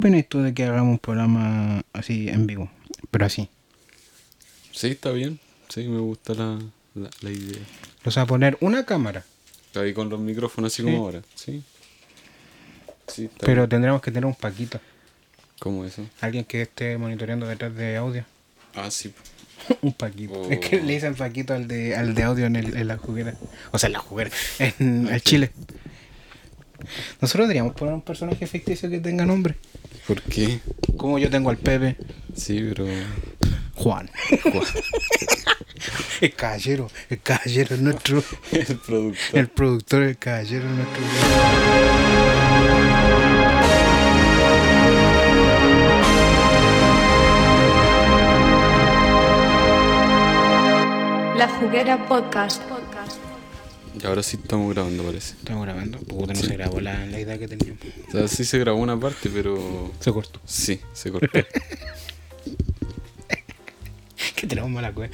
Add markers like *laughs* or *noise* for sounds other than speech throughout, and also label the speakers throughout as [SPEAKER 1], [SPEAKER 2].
[SPEAKER 1] opinas tú de que hagamos un programa así en vivo? Pero así.
[SPEAKER 2] Sí, está bien. Sí, me gusta la, la, la idea.
[SPEAKER 1] O sea, poner una cámara.
[SPEAKER 2] Ahí con los micrófonos así
[SPEAKER 1] Sí.
[SPEAKER 2] como ahora. Sí. Sí, está
[SPEAKER 1] Pero
[SPEAKER 2] bien.
[SPEAKER 1] tendremos que tener un paquito.
[SPEAKER 2] ¿Cómo eso?
[SPEAKER 1] Alguien que esté monitoreando detrás de audio.
[SPEAKER 2] Ah, sí.
[SPEAKER 1] *laughs* un paquito.
[SPEAKER 2] Oh.
[SPEAKER 1] Es que le dicen paquito al de, al de audio en, el- en la juguera. O sea, en la juguera. *laughs* En el Chile. Nosotros deberíamos poner un personaje ficticio que tenga nombre.
[SPEAKER 2] ¿Por qué?
[SPEAKER 1] Como yo tengo al Pepe.
[SPEAKER 2] Sí, *laughs* pero.
[SPEAKER 1] *laughs* Juan. el caballero. El caballero es *laughs* nuestro.
[SPEAKER 2] El productor.
[SPEAKER 1] El productor, el caballero es nuestro.
[SPEAKER 3] La Juguera Podcast.
[SPEAKER 2] Y ahora sí estamos grabando, parece.
[SPEAKER 1] Estamos grabando. Puta, no se grabó la, la idea que teníamos.
[SPEAKER 2] O sea, sí se grabó una parte, pero.
[SPEAKER 1] Se cortó.
[SPEAKER 2] Sí, se cortó.
[SPEAKER 1] *laughs* que tenemos mala cueva.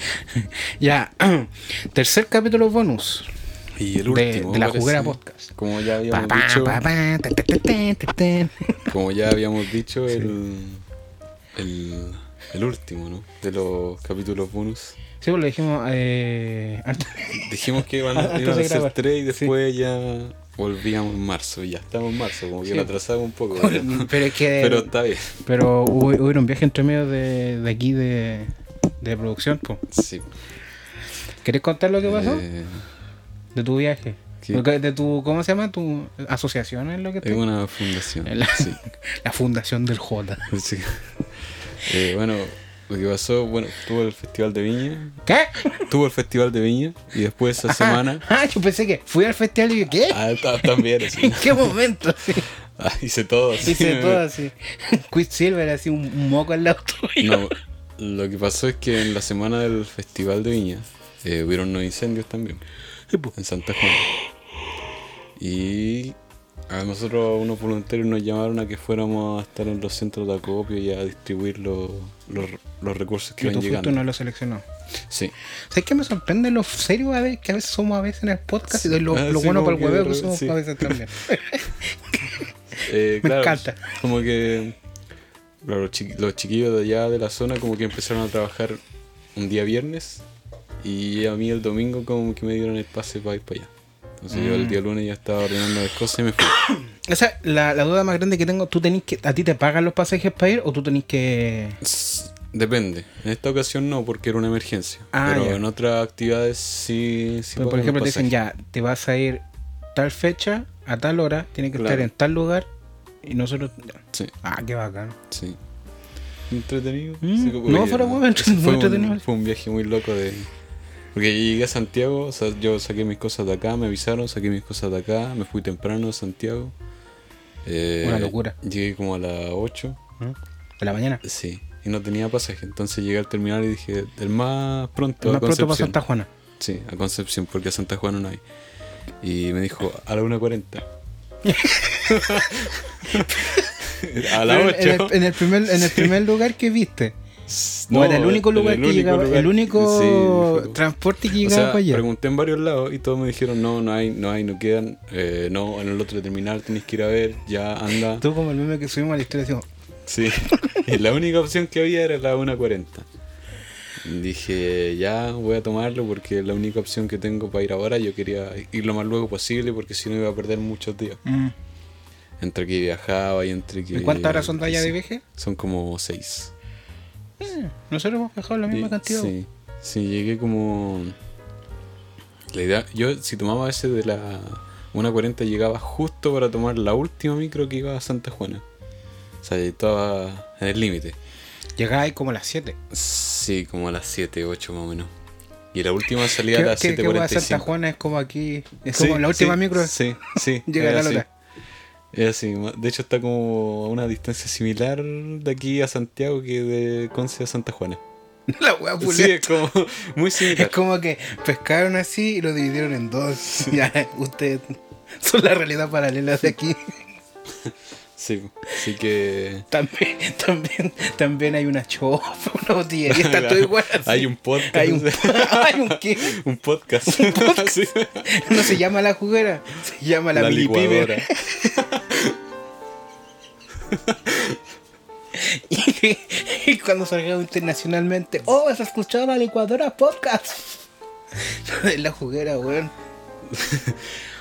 [SPEAKER 1] ya. *clears throat* Tercer capítulo bonus.
[SPEAKER 2] Y el
[SPEAKER 1] De-
[SPEAKER 2] último.
[SPEAKER 1] de la
[SPEAKER 2] parece.
[SPEAKER 1] juguera podcast.
[SPEAKER 2] Como ya
[SPEAKER 1] Pa,
[SPEAKER 2] habíamos
[SPEAKER 1] pa,
[SPEAKER 2] dicho.
[SPEAKER 1] pa, pa, ta, ta, ta, ta, ta, ta.
[SPEAKER 2] Como ya habíamos dicho, el, el. El último, ¿no? De los capítulos bonus.
[SPEAKER 1] Sí, pues lo dijimos eh, antes.
[SPEAKER 2] Dijimos que iban,
[SPEAKER 1] *laughs* Antes
[SPEAKER 2] iban
[SPEAKER 1] de
[SPEAKER 2] a ser
[SPEAKER 1] grabar.
[SPEAKER 2] tres y después ya volvíamos en marzo. Y ya estamos en marzo, como que
[SPEAKER 1] Sí.
[SPEAKER 2] lo atrasamos un poco.
[SPEAKER 1] Bueno, *laughs* pero es que-
[SPEAKER 2] Pero está bien.
[SPEAKER 1] Pero hubo, hubo un viaje entre medio de, de aquí de, de producción. Po.
[SPEAKER 2] Sí.
[SPEAKER 1] ¿Querés contar lo que pasó?
[SPEAKER 2] Eh,
[SPEAKER 1] de tu viaje.
[SPEAKER 2] ¿qué?
[SPEAKER 1] Porque De tu, ¿Cómo se llama? ¿Tu asociación es lo que
[SPEAKER 2] es
[SPEAKER 1] te-
[SPEAKER 2] una fundación.
[SPEAKER 1] *laughs* La,
[SPEAKER 2] Sí.
[SPEAKER 1] la fundación del J.
[SPEAKER 2] Sí. Eh, bueno, lo que pasó, bueno, tuvo el Festival de Viña.
[SPEAKER 1] ¿Qué?
[SPEAKER 2] Tuvo el Festival de Viña y
[SPEAKER 1] *laughs*
[SPEAKER 2] después esa semana.
[SPEAKER 1] Ah, yo pensé que fui al festival y yo, ¿qué?
[SPEAKER 2] Ah, ta-
[SPEAKER 1] *laughs*
[SPEAKER 2] también,
[SPEAKER 1] ¿En *laughs*
[SPEAKER 2] así.
[SPEAKER 1] qué
[SPEAKER 2] *laughs*
[SPEAKER 1] momento? Sí.
[SPEAKER 2] Ah, hice todo.
[SPEAKER 1] *laughs*
[SPEAKER 2] así.
[SPEAKER 1] Hice todo así. *laughs* Quicksilver, así un, un moco al lado tuyo.
[SPEAKER 2] *laughs* No, lo que pasó es que en la semana del Festival de Viña eh, hubieron unos incendios también.
[SPEAKER 1] Sí, po.
[SPEAKER 2] en Santa Juana. Y a nosotros unos voluntarios nos llamaron a que fuéramos a estar en los centros de acopio y a distribuir los, los, los recursos
[SPEAKER 1] Y tú
[SPEAKER 2] que iban
[SPEAKER 1] fuiste
[SPEAKER 2] llegando.
[SPEAKER 1] uno de los seleccionados.
[SPEAKER 2] Sí.
[SPEAKER 1] ¿Sabes qué me sorprende lo serio a veces, que a veces somos a veces en el podcast y doy lo,
[SPEAKER 2] Ah,
[SPEAKER 1] lo
[SPEAKER 2] sí,
[SPEAKER 1] bueno para
[SPEAKER 2] como
[SPEAKER 1] el
[SPEAKER 2] que de
[SPEAKER 1] hueveo que
[SPEAKER 2] repente,
[SPEAKER 1] somos
[SPEAKER 2] sí.
[SPEAKER 1] a
[SPEAKER 2] *laughs*
[SPEAKER 1] veces también?
[SPEAKER 2] Eh,
[SPEAKER 1] *laughs* Me
[SPEAKER 2] claro,
[SPEAKER 1] encanta.
[SPEAKER 2] Como que claro, los, chiqui- los chiquillos de allá de la zona como que empezaron a trabajar un día viernes y a mí el domingo como que me dieron el pase para ir para allá. Entonces yo
[SPEAKER 1] Mm.
[SPEAKER 2] el día lunes ya estaba ordenando las cosas y me fui.
[SPEAKER 1] Esa es la, la duda más grande que tengo. ¿Tú tenés que, ¿A ti te pagan los pasajes para ir o tú tenés que.?
[SPEAKER 2] S- Depende. En esta ocasión no, porque era una emergencia.
[SPEAKER 1] Ah,
[SPEAKER 2] pero
[SPEAKER 1] ya.
[SPEAKER 2] en otras actividades sí. sí
[SPEAKER 1] Pero, por
[SPEAKER 2] pagan
[SPEAKER 1] ejemplo, te
[SPEAKER 2] los
[SPEAKER 1] dicen
[SPEAKER 2] pasajes.
[SPEAKER 1] ya, te vas a ir tal fecha, a tal hora, tienes que estar
[SPEAKER 2] Claro.
[SPEAKER 1] en tal lugar y nosotros.
[SPEAKER 2] Sí,
[SPEAKER 1] Ah, qué bacán.
[SPEAKER 2] sí. Entretenido.
[SPEAKER 1] Mm,
[SPEAKER 2] Sí,
[SPEAKER 1] no, fuera huevo,
[SPEAKER 2] ese
[SPEAKER 1] entretenido,
[SPEAKER 2] fue un-
[SPEAKER 1] entretenido.
[SPEAKER 2] Fue un viaje muy loco de. Porque llegué a Santiago, o sea, yo saqué mis cosas de acá, me avisaron, saqué mis cosas de acá, me fui temprano a Santiago. Eh,
[SPEAKER 1] Una locura.
[SPEAKER 2] Llegué como a las 8.
[SPEAKER 1] ¿Mm? De la mañana.
[SPEAKER 2] Sí. Y no tenía pasaje. Entonces llegué al terminal y dije, el más pronto.
[SPEAKER 1] El
[SPEAKER 2] a
[SPEAKER 1] más pronto para
[SPEAKER 2] Concepción".
[SPEAKER 1] Santa Juana.
[SPEAKER 2] Sí, a Concepción, porque a Santa Juana no hay. Y me dijo, a la 1.40. *laughs* a la
[SPEAKER 1] Pero
[SPEAKER 2] 8.
[SPEAKER 1] en, el, en el primer, en el primer lugar que
[SPEAKER 2] *laughs*
[SPEAKER 1] viste.
[SPEAKER 2] No,
[SPEAKER 1] o era el único
[SPEAKER 2] en
[SPEAKER 1] lugar que
[SPEAKER 2] único
[SPEAKER 1] llegaba,
[SPEAKER 2] lugar-
[SPEAKER 1] el único
[SPEAKER 2] sí, fue-
[SPEAKER 1] transporte que
[SPEAKER 2] o
[SPEAKER 1] llegaba
[SPEAKER 2] sea,
[SPEAKER 1] para allá.
[SPEAKER 2] pregunté en varios lados y todos me dijeron, no, no hay, no hay, no quedan. eh, no, en el otro terminal tenés que ir a ver, ya anda.
[SPEAKER 1] Tú como el meme que subimos a la historia decimos,
[SPEAKER 2] Sí. *laughs* Y la única opción que había era la 1.40. Y Dije, ya voy a tomarlo porque es la única opción que tengo para ir ahora. Yo quería ir lo más luego posible porque si no iba a perder muchos días.
[SPEAKER 1] mm,
[SPEAKER 2] Entre que viajaba y entre que.
[SPEAKER 1] ¿y cuántas horas son de allá de viaje?
[SPEAKER 2] Son como seis.
[SPEAKER 1] Eh, nosotros hemos viajado la misma
[SPEAKER 2] Y-
[SPEAKER 1] cantidad.
[SPEAKER 2] Sí, sí, llegué como. La idea. Yo, si tomaba ese de la 1.40, llegaba justo para tomar la última micro que iba a Santa Juana. O sea, estaba en el límite.
[SPEAKER 1] Llegaba ahí como a las 7.
[SPEAKER 2] Sí, como a las 7, 8 más o menos. Y la última salida a
[SPEAKER 1] Creo
[SPEAKER 2] las
[SPEAKER 1] que, que hueá
[SPEAKER 2] 7.45.
[SPEAKER 1] Santa Juana es como aquí, es
[SPEAKER 2] Sí,
[SPEAKER 1] como la última
[SPEAKER 2] sí,
[SPEAKER 1] micro.
[SPEAKER 2] Sí, sí.
[SPEAKER 1] Llega
[SPEAKER 2] es
[SPEAKER 1] la
[SPEAKER 2] así.
[SPEAKER 1] hora.
[SPEAKER 2] Es así. De hecho, está como a una distancia similar de aquí a Santiago que de Conce a Santa
[SPEAKER 1] *laughs*
[SPEAKER 2] Juana.
[SPEAKER 1] *laughs* La hueá
[SPEAKER 2] Sí,
[SPEAKER 1] pulenta.
[SPEAKER 2] es como
[SPEAKER 1] *laughs*
[SPEAKER 2] muy
[SPEAKER 1] Es
[SPEAKER 2] similar.
[SPEAKER 1] como que pescaron así y lo dividieron en dos. *laughs* Ya, ustedes son la realidad paralela de
[SPEAKER 2] *laughs*
[SPEAKER 1] aquí.
[SPEAKER 2] Sí, así que.
[SPEAKER 1] También, *laughs* también, también hay una chopa, *laughs* una botillería,
[SPEAKER 2] *laughs*
[SPEAKER 1] está todo igual. así.
[SPEAKER 2] Hay un podcast. *laughs*
[SPEAKER 1] Hay un, *laughs* hay un qué.
[SPEAKER 2] Un podcast. *laughs* Sí.
[SPEAKER 1] No se llama la juguera, *laughs* se llama la,
[SPEAKER 2] La
[SPEAKER 1] milipibe.
[SPEAKER 2] licuadora.
[SPEAKER 1] que cuando salgamos internacionalmente, oh, has escuchado la licuadora podcast. *laughs* En la juguera, weón.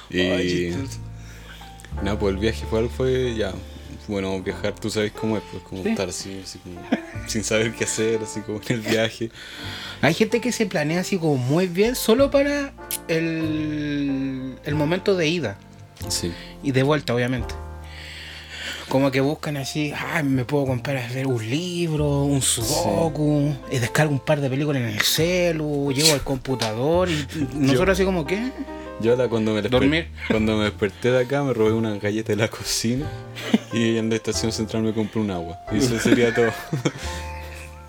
[SPEAKER 2] Y
[SPEAKER 1] Ay, Jesus.
[SPEAKER 2] nada, pues el viaje igual fue ya. Bueno, viajar tú sabes cómo es, pues como
[SPEAKER 1] Sí.
[SPEAKER 2] estar así, así como, *laughs* sin saber qué hacer, así como en el viaje.
[SPEAKER 1] Hay gente que se planea así como muy bien solo para el, el momento de ida
[SPEAKER 2] Sí.
[SPEAKER 1] y de vuelta, obviamente. Como que buscan así, ah, me puedo comprar a ver un libro, un sudoku, eh, descargo un par de películas en el celu, llevo al computador
[SPEAKER 2] *laughs*
[SPEAKER 1] y y nosotros así como, ¿qué?
[SPEAKER 2] Yo ahora cuando me, desper-
[SPEAKER 1] Dormir.
[SPEAKER 2] cuando me desperté de acá me robé una galleta de la cocina y en la estación central me compré un agua. Y eso sería todo. *laughs*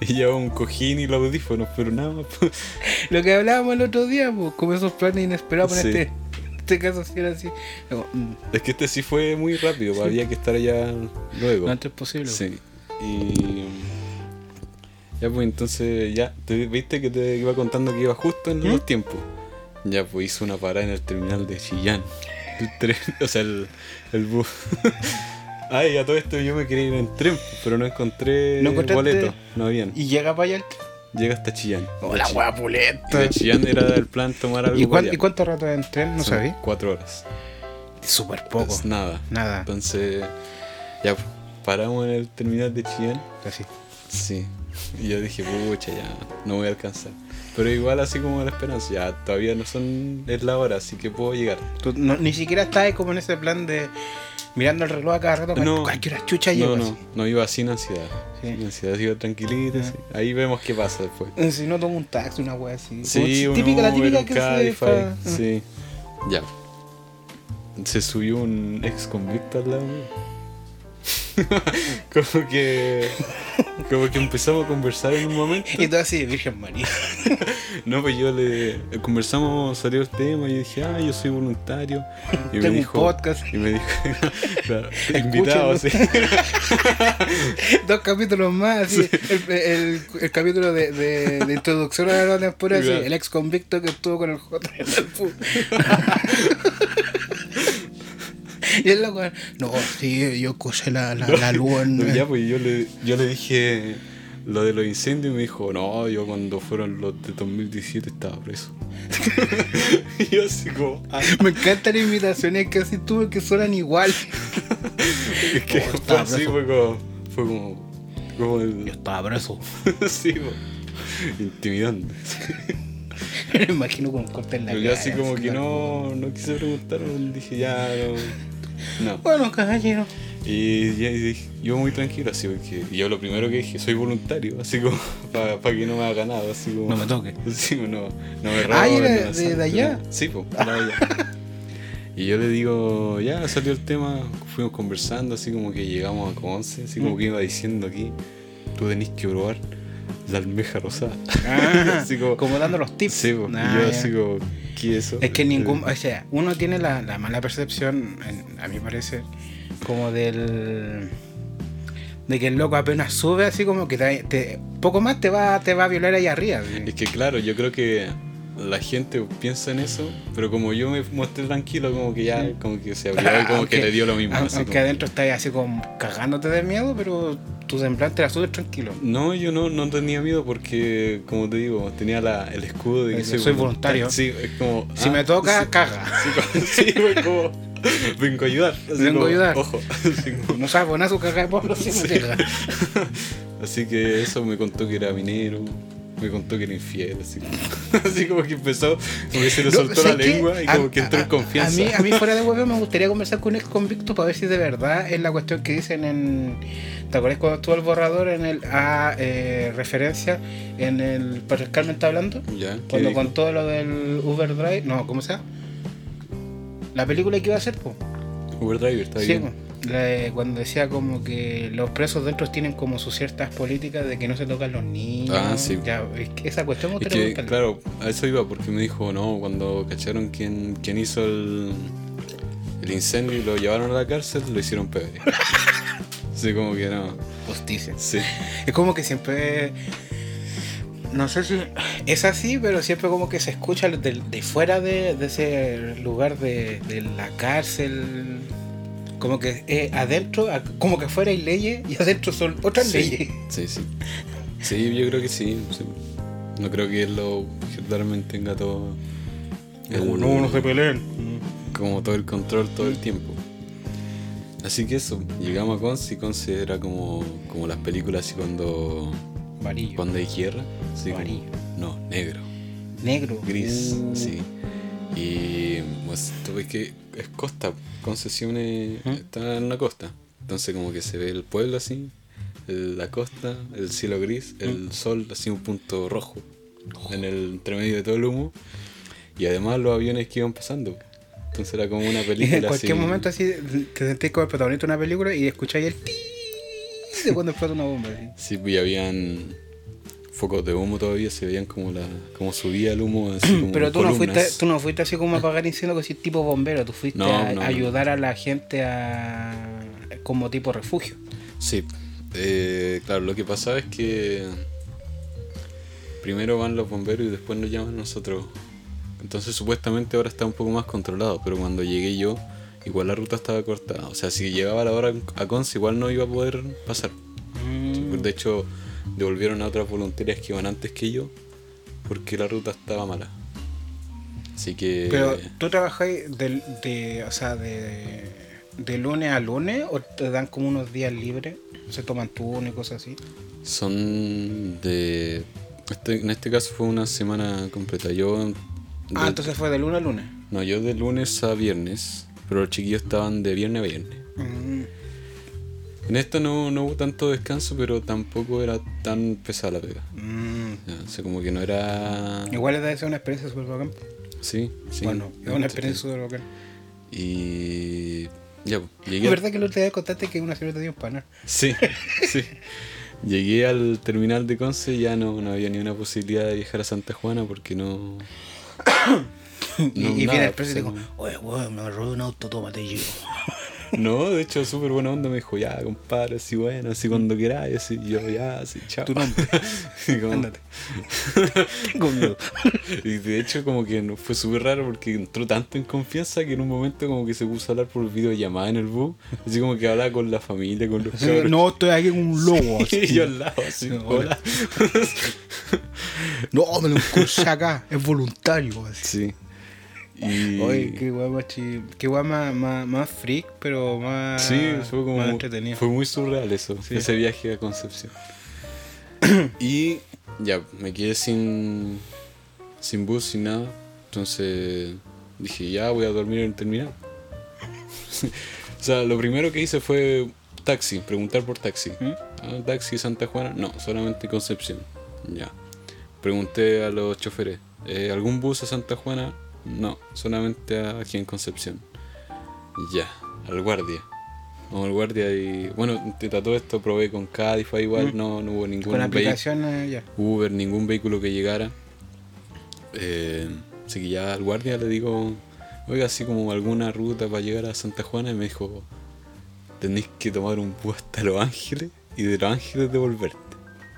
[SPEAKER 2] y llevaba un cojín y los audífonos, pero nada más. pues.
[SPEAKER 1] Lo que hablábamos el otro día, pues, como esos planes inesperados, en
[SPEAKER 2] Sí.
[SPEAKER 1] este, este caso sí era así. Como, mm,
[SPEAKER 2] Es que este sí fue muy rápido, pues, había que estar allá luego.
[SPEAKER 1] Lo antes posible.
[SPEAKER 2] Sí. Y. Ya, pues entonces, ya, te viste que te iba contando que iba justo
[SPEAKER 1] ¿Mm?
[SPEAKER 2] en los tiempos. Ya, pues hizo una parada en el terminal de Chillán. El tren, *laughs* o sea, el, el bus. *laughs* Ay, a todo esto yo me quería ir en tren, pero no encontré
[SPEAKER 1] ¿No encontraste?
[SPEAKER 2] boleto. No habían.
[SPEAKER 1] pues". Y llega para allá el... Oh,
[SPEAKER 2] Llega hasta Chillán.
[SPEAKER 1] Hola,
[SPEAKER 2] Y de
[SPEAKER 1] guapuleta.
[SPEAKER 2] Chillán era el plan tomar algo.
[SPEAKER 1] ¿Y,
[SPEAKER 2] para
[SPEAKER 1] cuán-
[SPEAKER 2] allá.
[SPEAKER 1] ¿Y cuánto rato en tren? No
[SPEAKER 2] Son
[SPEAKER 1] sabía.
[SPEAKER 2] Cuatro horas.
[SPEAKER 1] Súper poco.
[SPEAKER 2] Es nada.
[SPEAKER 1] Nada.
[SPEAKER 2] Entonces, ya, pues, paramos en el terminal de Chillán.
[SPEAKER 1] Así.
[SPEAKER 2] Sí. Y yo dije, pucha, ya, no voy a alcanzar. Pero igual así como la esperanza, ya todavía no son, es la hora, así que puedo llegar.
[SPEAKER 1] Tú no- ni siquiera estás ahí como en ese plan de mirando el reloj a cada rato.
[SPEAKER 2] No.
[SPEAKER 1] No. ¿Qué hora chucha
[SPEAKER 2] No,
[SPEAKER 1] llego?
[SPEAKER 2] no, no iba sin ansiedad.
[SPEAKER 1] Sí.
[SPEAKER 2] Sin ansiedad iba tranquilita,
[SPEAKER 1] Ajá.
[SPEAKER 2] sí. ahí vemos qué pasa después.
[SPEAKER 1] así? Si no tomo un taxi, una wea así.
[SPEAKER 2] Sí,
[SPEAKER 1] Como
[SPEAKER 2] un
[SPEAKER 1] típica, la
[SPEAKER 2] Uber,
[SPEAKER 1] típica
[SPEAKER 2] un
[SPEAKER 1] que se
[SPEAKER 2] Cabify,
[SPEAKER 1] fa-
[SPEAKER 2] Sí, ya. Se subió un ex convicto al lado mío. *laughs* como que como que empezamos a conversar en un momento
[SPEAKER 1] Y todo así de Virgen María. *laughs*
[SPEAKER 2] *laughs* No, pues yo le conversamos, salió el tema y yo dije, ah, yo soy voluntario.
[SPEAKER 1] *laughs*
[SPEAKER 2] Y
[SPEAKER 1] Tengo un podcast.
[SPEAKER 2] Y me dijo, *laughs*
[SPEAKER 1] *laughs*
[SPEAKER 2] claro, invitado, sí.
[SPEAKER 1] Dos capítulos más. así. El, el- el capítulo de, de- de introducción a la nueva temporada. así,
[SPEAKER 2] Claro.
[SPEAKER 1] El ex convicto que estuvo con el J. en el pu- *laughs* Y el loco, no, sí, yo cogí la, la, la luz en-
[SPEAKER 2] No, ya, pues yo le, yo le dije lo de los incendios y me dijo, no, yo cuando fueron los de 2017 estaba preso. *laughs* y yo así como, ah,
[SPEAKER 1] Me encantan las imitaciones que así tuve que suenan igual.
[SPEAKER 2] es *laughs* que
[SPEAKER 1] Oh,
[SPEAKER 2] fue
[SPEAKER 1] estaba
[SPEAKER 2] así,
[SPEAKER 1] preso.
[SPEAKER 2] fue como, fue como, como el,
[SPEAKER 1] estaba preso.
[SPEAKER 2] *laughs* sí, po. intimidante.
[SPEAKER 1] *laughs* Me imagino con un corte en la
[SPEAKER 2] Pero
[SPEAKER 1] cara.
[SPEAKER 2] yo así como que
[SPEAKER 1] claro.
[SPEAKER 2] no, no quise preguntar, dije ya
[SPEAKER 1] *laughs*
[SPEAKER 2] no. No.
[SPEAKER 1] Bueno, caballero.
[SPEAKER 2] Y ya dije, yo muy tranquilo, así porque y yo lo primero que dije, soy voluntario, así como *laughs* para que no me haga nada, así como.
[SPEAKER 1] No me toque.
[SPEAKER 2] *laughs* Sí, no, no me
[SPEAKER 1] Ah, ¿y era
[SPEAKER 2] roben, no me
[SPEAKER 1] de-
[SPEAKER 2] asalten,
[SPEAKER 1] de allá?
[SPEAKER 2] no. Sí, pues, era
[SPEAKER 1] *laughs*
[SPEAKER 2] de allá. Y yo le digo, ya salió el tema, fuimos conversando, así como que llegamos a Conce, así
[SPEAKER 1] ¿Mm?
[SPEAKER 2] como que iba diciendo aquí, tú tenés que probar la almeja rosada.
[SPEAKER 1] *laughs*
[SPEAKER 2] Ah, *laughs* así como,
[SPEAKER 1] Ah. Como dando los tips.
[SPEAKER 2] Sí, po.
[SPEAKER 1] Ah,
[SPEAKER 2] Y yo
[SPEAKER 1] ya.
[SPEAKER 2] así como, ¿qué es eso?
[SPEAKER 1] Es que ningún. O sea, uno tiene la, la mala percepción, en- a mi parecer, como del. De que el loco apenas sube, así como que te, te- poco más te va, te va a violar ahí arriba. así.
[SPEAKER 2] Es que claro, yo creo que la gente piensa en eso, pero como yo me mostré tranquilo, como que ya, como que se abrió y como
[SPEAKER 1] Aunque-
[SPEAKER 2] que le dio lo mismo.
[SPEAKER 1] aunque
[SPEAKER 2] así como-
[SPEAKER 1] adentro estás así como cagándote de miedo, pero tu semblante la subes tranquilo.
[SPEAKER 2] No, yo no, no tenía miedo porque, como te digo, tenía la- el escudo de que
[SPEAKER 1] De que soy voluntario.
[SPEAKER 2] Sí, es como...
[SPEAKER 1] Si
[SPEAKER 2] ah,
[SPEAKER 1] me toca, caga.
[SPEAKER 2] Sí, como- *laughs* sí, fue como... Vengo a ayudar. así
[SPEAKER 1] Vengo a
[SPEAKER 2] como,
[SPEAKER 1] ayudar.
[SPEAKER 2] Ojo. así como-
[SPEAKER 1] No sabe poner su caja de pueblo si me llega.
[SPEAKER 2] Así que eso me contó que era minero, me contó que era infiel, así como, *laughs* así como que empezó, como que se le
[SPEAKER 1] No,
[SPEAKER 2] soltó la
[SPEAKER 1] ¿sabes qué?
[SPEAKER 2] lengua y
[SPEAKER 1] A-
[SPEAKER 2] como que entró
[SPEAKER 1] a-
[SPEAKER 2] en confianza.
[SPEAKER 1] A, mí, a mí fuera de huevo me gustaría conversar con un ex convicto para ver si de verdad es la cuestión que dicen en... ¿Te acuerdas cuando estuvo el borrador en el... A eh, referencia en el... ¿Para Carmen está hablando?
[SPEAKER 2] Ya, ¿qué
[SPEAKER 1] Cuando
[SPEAKER 2] dijo?
[SPEAKER 1] contó lo del Uber Drive... No, ¿cómo sea? La película que iba a hacer, pues.
[SPEAKER 2] Uber Driver, está
[SPEAKER 1] Sí,
[SPEAKER 2] bien.
[SPEAKER 1] po. La- cuando decía como que los presos dentro tienen como sus ciertas políticas de que no se tocan los niños.
[SPEAKER 2] Ah, sí.
[SPEAKER 1] Ya, es que esa cuestión me
[SPEAKER 2] Es
[SPEAKER 1] gustaría
[SPEAKER 2] que,
[SPEAKER 1] contarla.
[SPEAKER 2] claro, a eso iba porque me dijo, no, cuando cacharon quién, quién hizo el, el incendio y lo llevaron a la cárcel, lo hicieron pebre. Así como que no.
[SPEAKER 1] Justicia.
[SPEAKER 2] Sí,
[SPEAKER 1] Es como que siempre. No sé si es así, pero siempre como que se escucha de, de fuera de, de ese lugar de, de la cárcel. Como que eh, adentro, a- como que afuera hay leyes y adentro son otras leyes.
[SPEAKER 2] Sí, sí, sí. Sí, yo creo que sí. sí. No creo que lo Darman tenga todo. el-
[SPEAKER 1] peleen.
[SPEAKER 2] como todo el control todo el tiempo. Así que eso, llegamos a Conce y Conce era como, como las películas así cuando,
[SPEAKER 1] Amarillo.
[SPEAKER 2] cuando hay guerra. Así como-
[SPEAKER 1] Amarillo.
[SPEAKER 2] no, negro,
[SPEAKER 1] Negro.
[SPEAKER 2] gris,
[SPEAKER 1] Uh,
[SPEAKER 2] sí. Y pues tú ves que es costa, concesiones está en una costa. Entonces como que se ve el pueblo así, el- la costa, el cielo gris, el sol así un punto rojo en el entre medio de todo el humo. Y además los aviones que iban pasando. Entonces
[SPEAKER 1] *laughs*
[SPEAKER 2] era como una película
[SPEAKER 1] En cualquier
[SPEAKER 2] así.
[SPEAKER 1] momento así te sentís como el protagonista de una película y escucháis el ti de cuando explota una bomba. así.
[SPEAKER 2] Sí, y habían focos de humo todavía, se veían como la como subía el humo así como
[SPEAKER 1] *clears throat* Pero tú no, fuiste,
[SPEAKER 2] columnas.
[SPEAKER 1] tú no fuiste así como a apagar incendios, así tipo bombero, tú fuiste
[SPEAKER 2] No,
[SPEAKER 1] a
[SPEAKER 2] no, no.
[SPEAKER 1] ayudar a la gente a, como tipo refugio.
[SPEAKER 2] Sí, eh, claro, lo que pasa es que primero van los bomberos y después nos llaman nosotros. Entonces supuestamente ahora está un poco más controlado, pero cuando llegué yo, igual la ruta estaba cortada. O sea, si llegaba la hora a Conce, igual no iba a poder pasar. pues, De
[SPEAKER 1] Mm.
[SPEAKER 2] hecho, devolvieron a otras voluntarias que iban antes que yo, porque la ruta estaba mala. Así que...
[SPEAKER 1] Pero tú trabajáis del- de, o sea, de, de lunes a lunes o te dan como unos días libres, se toman turno y cosas así.
[SPEAKER 2] Son de. Este, en este caso fue una semana completa. Yo. de-
[SPEAKER 1] Ah, entonces fue de lunes a lunes.
[SPEAKER 2] No, yo de lunes a viernes. Pero los chiquillos estaban de viernes a viernes.
[SPEAKER 1] Mm.
[SPEAKER 2] En esta no, no hubo tanto descanso, pero tampoco era tan pesada la pega.
[SPEAKER 1] Mm.
[SPEAKER 2] Ya, O sea, como que no era.
[SPEAKER 1] Igual es una experiencia súper bacán.
[SPEAKER 2] Sí, sí.
[SPEAKER 1] bueno, es una experiencia súper bacán.
[SPEAKER 2] Y. Ya, pues, llegué.
[SPEAKER 1] Es
[SPEAKER 2] al-
[SPEAKER 1] Ah, verdad que el otro día contaste que una señora te dio un
[SPEAKER 2] *laughs*
[SPEAKER 1] panar.
[SPEAKER 2] Sí, sí. Llegué al terminal de Conce y ya no, no había ni una posibilidad de viajar a Santa Juana porque no.
[SPEAKER 1] Y,
[SPEAKER 2] No,
[SPEAKER 1] y viene
[SPEAKER 2] nada,
[SPEAKER 1] el preso y
[SPEAKER 2] pues,
[SPEAKER 1] digo,
[SPEAKER 2] no.
[SPEAKER 1] oye, weón, me robé un auto, tómate y yo.
[SPEAKER 2] No, de hecho, súper buena onda. Me dijo, ya, compadre, así bueno, así cuando queráis. Así, yo, ya, así, chao.
[SPEAKER 1] Tu nombre.
[SPEAKER 2] *laughs* Y como-
[SPEAKER 1] Ándate. Tengo *laughs* miedo.
[SPEAKER 2] *laughs* Y de hecho, como que no- fue súper raro porque entró tanto en confianza que en un momento, como que se puso a hablar por videollamada en el bus. Así como que hablaba con la familia, con los
[SPEAKER 1] *laughs*
[SPEAKER 2] cabros.
[SPEAKER 1] No, estoy aquí con un lobo.
[SPEAKER 2] *laughs* Y yo al lado, así,
[SPEAKER 1] No,
[SPEAKER 2] hola.
[SPEAKER 1] No, me lo encursé acá, es voluntario. así.
[SPEAKER 2] *laughs* Sí. Y.
[SPEAKER 1] Oye, qué guay más, chi- qué guay más, más, más freak, pero más,
[SPEAKER 2] Sí, fue como.
[SPEAKER 1] Ah, más entretenido.
[SPEAKER 2] Fue muy surreal eso, ese viaje
[SPEAKER 1] *coughs*
[SPEAKER 2] a Concepción. y ya, me quedé sin. sin bus, sin nada. Entonces dije, ya voy a dormir en el terminal. *laughs* o sea, lo primero que hice fue taxi, preguntar por taxi.
[SPEAKER 1] ¿Mm?
[SPEAKER 2] Ah, ¿Taxi Santa Juana? No, solamente Concepción. Ya. Pregunté a los choferes, "Eh, ¿algún bus a Santa Juana? No, solamente aquí en Concepción. Ya, al guardia. Vamos al guardia y. Bueno, te todo esto probé con Cadify igual, no, no hubo ningún
[SPEAKER 1] Con
[SPEAKER 2] vehi-
[SPEAKER 1] aplicaciones ya.
[SPEAKER 2] Uber, ningún vehículo que llegara. Eh, así que ya al guardia le digo, oiga, así como alguna ruta para llegar a Santa Juana, y me dijo, tenéis que tomar un bus hasta Los Ángeles y de Los Ángeles devolverte.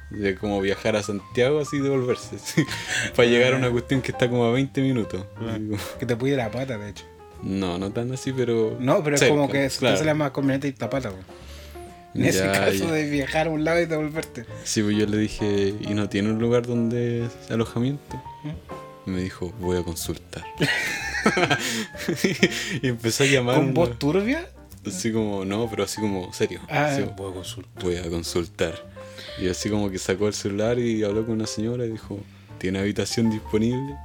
[SPEAKER 2] O sea, como viajar a Santiago así y devolverse. *laughs* sí, para llegar
[SPEAKER 1] Ah.
[SPEAKER 2] a una cuestión que está como a 20 minutos. Y digo,
[SPEAKER 1] Que te pude la pata, de hecho.
[SPEAKER 2] no, no tan así, pero.
[SPEAKER 1] No, pero es
[SPEAKER 2] cerca,
[SPEAKER 1] como que
[SPEAKER 2] claro.
[SPEAKER 1] se la más conveniente y tapata, weón. En ese
[SPEAKER 2] Ya,
[SPEAKER 1] caso
[SPEAKER 2] ya.
[SPEAKER 1] de viajar a un lado y devolverte.
[SPEAKER 2] Sí, pues yo le dije, ¿y no tiene un lugar donde alojamiento?
[SPEAKER 1] ¿Mm?
[SPEAKER 2] Y me dijo, voy
[SPEAKER 1] *laughs*
[SPEAKER 2] a consultar. y empezó a llamar.
[SPEAKER 1] ¿Con
[SPEAKER 2] ¿no?
[SPEAKER 1] voz turbia?
[SPEAKER 2] Así como, no, pero así como, serio.
[SPEAKER 1] Ah,
[SPEAKER 2] Así
[SPEAKER 1] voy
[SPEAKER 2] como,
[SPEAKER 1] puedo consultar.
[SPEAKER 2] voy a consultar. Y así como que sacó el celular y habló con una señora y dijo, ¿tiene habitación disponible?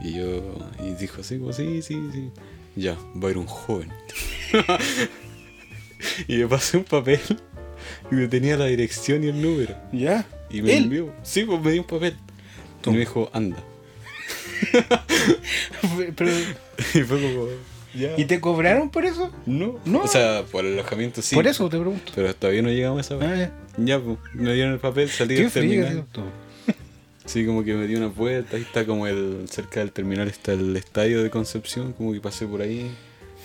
[SPEAKER 2] Y yo, y dijo así como, sí, sí, sí. Ya, va a ir un joven. *laughs* y le pasé un papel y me tenía la dirección y el número.
[SPEAKER 1] ¿Ya?
[SPEAKER 2] Y me
[SPEAKER 1] Él.
[SPEAKER 2] envió. Sí, pues me dio un papel. Y me dijo, anda.
[SPEAKER 1] *laughs* Pero-
[SPEAKER 2] Y fue como, ya.
[SPEAKER 1] ¿Y te cobraron por eso?
[SPEAKER 2] No,
[SPEAKER 1] No.
[SPEAKER 2] O sea, por el alojamiento sí.
[SPEAKER 1] Por eso te pregunto.
[SPEAKER 2] Pero todavía no llegamos a esa
[SPEAKER 1] Ah,
[SPEAKER 2] vez.
[SPEAKER 1] ya.
[SPEAKER 2] Ya, pues, me dieron el papel, salí
[SPEAKER 1] Qué
[SPEAKER 2] del
[SPEAKER 1] frío,
[SPEAKER 2] terminal.
[SPEAKER 1] tío.
[SPEAKER 2] Sí, como que me di una vuelta. Ahí está como el. Cerca del terminal está el estadio de Concepción. Como que pasé por ahí.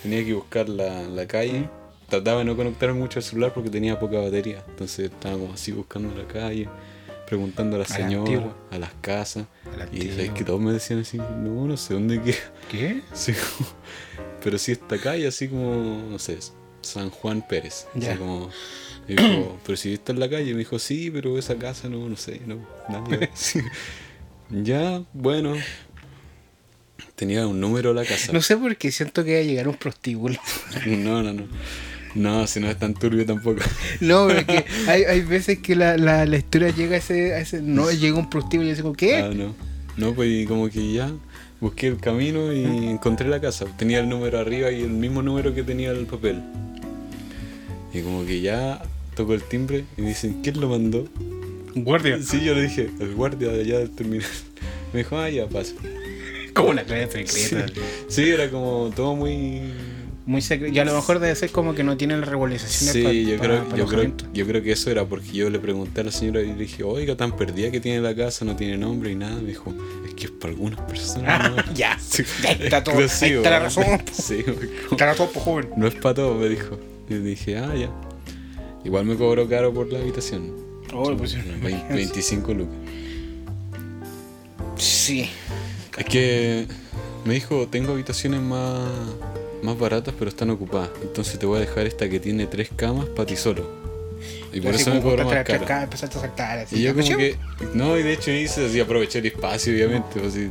[SPEAKER 2] Tenía que buscar la, la calle. Trataba de no conectar mucho al celular porque tenía poca batería. Entonces estaba como así buscando la calle. Preguntando a la
[SPEAKER 1] la
[SPEAKER 2] señora,
[SPEAKER 1] antigua.
[SPEAKER 2] a, las casas.
[SPEAKER 1] A la
[SPEAKER 2] y
[SPEAKER 1] antigua.
[SPEAKER 2] es que todos me decían así, no, no sé dónde queda. *laughs*
[SPEAKER 1] ¿Qué?
[SPEAKER 2] Sí, como- pero sí esta calle, así como, no sé, San Juan Pérez.
[SPEAKER 1] Ya.
[SPEAKER 2] Así como, me dijo, *clears throat* pero si está en la calle, me dijo, sí, pero esa casa no, no sé, no,
[SPEAKER 1] *laughs*
[SPEAKER 2] nadie va". Sí. Ya, bueno. Tenía un número la casa.
[SPEAKER 1] No sé por qué siento que va a llegar un prostíbulo.
[SPEAKER 2] *laughs*
[SPEAKER 1] *laughs*
[SPEAKER 2] No, no, no. No, si no es tan turbio tampoco.
[SPEAKER 1] No, pero es que hay, hay veces que la, la, la historia llega a ese, a ese- No, llega un prostíbulo y yo digo,
[SPEAKER 2] Ah,
[SPEAKER 1] ¿qué?
[SPEAKER 2] no. *laughs* No, pues y como que ya busqué el camino y encontré la casa. Tenía el número arriba y el mismo número que tenía el papel. Y como que ya tocó el timbre y dicen, ¿quién lo mandó?
[SPEAKER 1] Guardia.
[SPEAKER 2] Sí, yo le dije, el guardia de allá del terminal. *laughs* Me dijo, ah, ya pasa.
[SPEAKER 1] Como una clase
[SPEAKER 2] Sí.
[SPEAKER 1] secreta.
[SPEAKER 2] Sí, era como todo muy...
[SPEAKER 1] Muy secre- Y a lo mejor debe ser como que no tienen las regularizaciones
[SPEAKER 2] Sí,
[SPEAKER 1] pa-
[SPEAKER 2] yo,
[SPEAKER 1] pa-
[SPEAKER 2] creo,
[SPEAKER 1] pa
[SPEAKER 2] yo, creo,
[SPEAKER 1] alojamiento.
[SPEAKER 2] yo creo que eso era porque yo le pregunté a la señora y le dije, oiga, tan perdida que tiene la casa, no tiene nombre y nada. Me dijo, es que es para algunas personas.
[SPEAKER 1] Ah,
[SPEAKER 2] ¿no?".
[SPEAKER 1] *laughs* ya.
[SPEAKER 2] Sí.
[SPEAKER 1] Ahí está todo. Ahí
[SPEAKER 2] Exclusivo.
[SPEAKER 1] está la razón.
[SPEAKER 2] *laughs* Sí, güey, como,
[SPEAKER 1] Cara topo, joven.
[SPEAKER 2] no es para todo, me dijo. Y dije, ah, ya. Igual me cobró caro por la habitación.
[SPEAKER 1] Oh, pues,
[SPEAKER 2] Vein- 25 lucas.
[SPEAKER 1] sí.
[SPEAKER 2] Es que me dijo, tengo habitaciones más, más baratas, pero están ocupadas. Entonces te voy a dejar esta que tiene tres camas para ti solo. Y por
[SPEAKER 1] Así
[SPEAKER 2] eso me
[SPEAKER 1] como
[SPEAKER 2] cobró
[SPEAKER 1] contaste
[SPEAKER 2] más
[SPEAKER 1] acá,
[SPEAKER 2] caro.
[SPEAKER 1] acá, empezaste a saltar. así.
[SPEAKER 2] Y yo como
[SPEAKER 1] Aproveché.
[SPEAKER 2] que... No, y de hecho hice así, aproveché el espacio, obviamente. O sea,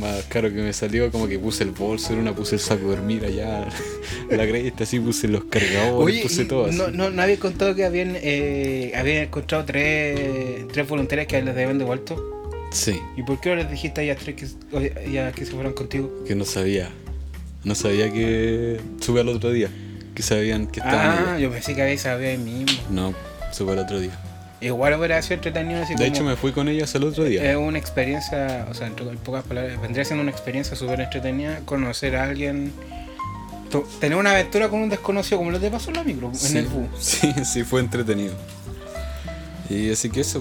[SPEAKER 2] más caro que me salió, como que puse el bolso en una, puse el saco de dormir allá, *laughs* la cresta, así puse los cargadores,
[SPEAKER 1] Oye,
[SPEAKER 2] oh, puse
[SPEAKER 1] y
[SPEAKER 2] todo así.
[SPEAKER 1] no, no, no había contado que habían, eh, habían encontrado tres, tres voluntarias que les habían devuelto.
[SPEAKER 2] Sí,
[SPEAKER 1] ¿Y por qué no les dijiste a ellas tres que, a ellas que se fueron contigo?
[SPEAKER 2] que no sabía. No sabía que... Sube al otro día, que sabían que estaban
[SPEAKER 1] ah,
[SPEAKER 2] allá.
[SPEAKER 1] yo pensé que había sabido ahí mismo.
[SPEAKER 2] No, sube al otro día.
[SPEAKER 1] Igual hubiera sido entretenido así
[SPEAKER 2] De
[SPEAKER 1] como-
[SPEAKER 2] hecho me fui con ellas al otro día.
[SPEAKER 1] Es una experiencia, o sea, en to- en pocas palabras, vendría siendo una experiencia súper entretenida conocer a alguien, to- tener una aventura con un desconocido, como lo te pasó en la micro, en
[SPEAKER 2] Sí,
[SPEAKER 1] el bus. *laughs*
[SPEAKER 2] *laughs* sí, sí, fue entretenido. Y así que eso,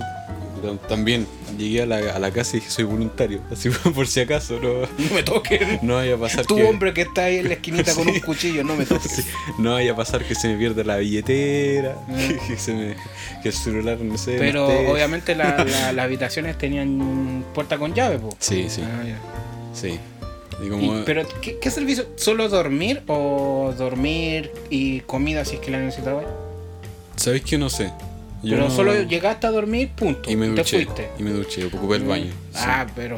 [SPEAKER 2] tam- también llegué a la, a la casa y dije soy voluntario, *laughs* así por si acaso no,
[SPEAKER 1] No me
[SPEAKER 2] *laughs*
[SPEAKER 1] toques.
[SPEAKER 2] no vaya a pasar
[SPEAKER 1] Tú,
[SPEAKER 2] que,
[SPEAKER 1] hombre, que está ahí en la esquinita con
[SPEAKER 2] *laughs*
[SPEAKER 1] un cuchillo, no me toques.
[SPEAKER 2] sí, no vaya a pasar que se me pierda la billetera, que, *laughs* que se me, que el celular no sé. no
[SPEAKER 1] Mm. Pero
[SPEAKER 2] esté.
[SPEAKER 1] obviamente la- la- las habitaciones tenían puerta con llave, po.
[SPEAKER 2] Sí, sí,
[SPEAKER 1] Ah, ya.
[SPEAKER 2] sí. Y
[SPEAKER 1] Y-
[SPEAKER 2] como,
[SPEAKER 1] pero, ¿qué, qué servicio? ¿Solo dormir o dormir y comida si es que la necesitaba?
[SPEAKER 2] ¿sabéis que no sé? Yo
[SPEAKER 1] Pero
[SPEAKER 2] no-
[SPEAKER 1] solo llegaste a dormir, punto.
[SPEAKER 2] y me
[SPEAKER 1] te
[SPEAKER 2] duché,
[SPEAKER 1] fuiste.
[SPEAKER 2] y me duché, ocupé el baño. sí.
[SPEAKER 1] Ah, pero.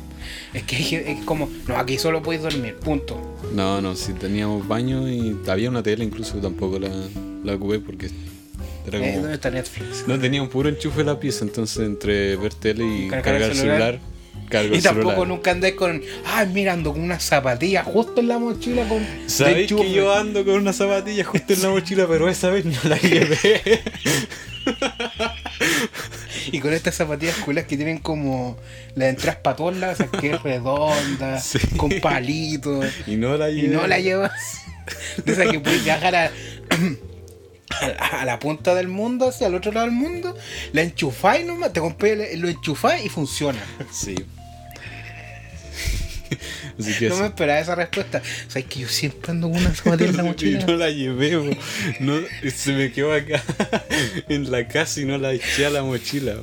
[SPEAKER 1] *laughs* es que hay gente- es como. No, aquí solo podéis dormir, punto.
[SPEAKER 2] No, no, si teníamos baño y había una tele incluso, tampoco la, la ocupé porque era
[SPEAKER 1] Eh,
[SPEAKER 2] como...
[SPEAKER 1] ¿Dónde está Netflix?
[SPEAKER 2] No tenía un puro enchufe en la pieza, entonces entre ver tele y
[SPEAKER 1] Cargar
[SPEAKER 2] cargar,
[SPEAKER 1] el
[SPEAKER 2] el
[SPEAKER 1] celular.
[SPEAKER 2] celular, cargo
[SPEAKER 1] Y
[SPEAKER 2] el
[SPEAKER 1] tampoco
[SPEAKER 2] celular.
[SPEAKER 1] nunca andáis con. Ay, mirando con una zapatilla justo en la mochila con. de
[SPEAKER 2] ¿Sabéis
[SPEAKER 1] enchufe.
[SPEAKER 2] que yo ando con una zapatilla justo en la mochila, pero esa vez no la
[SPEAKER 1] *laughs*
[SPEAKER 2] llevé?
[SPEAKER 1] Y con estas zapatillas culas que tienen como las entradas para todos lados, o sea, que es redonda,
[SPEAKER 2] *laughs* Sí.
[SPEAKER 1] con palitos,
[SPEAKER 2] Y no la
[SPEAKER 1] y
[SPEAKER 2] llevé.
[SPEAKER 1] no la
[SPEAKER 2] *laughs*
[SPEAKER 1] llevas. De esas que puedes viajar a, *clears throat* a, la- a la punta del mundo, hacia el otro lado del mundo, la enchufáis nomás, te compré, lo enchufáis y
[SPEAKER 2] *laughs*
[SPEAKER 1] funciona.
[SPEAKER 2] Sí. Así que
[SPEAKER 1] No
[SPEAKER 2] eso.
[SPEAKER 1] me esperaba esa respuesta. O sea, es que yo siempre ando con una zapatilla en la
[SPEAKER 2] *laughs* Y
[SPEAKER 1] mochila.
[SPEAKER 2] no la llevé, bo. no, se me quedó acá *laughs* en la casa y no la eché a la mochila.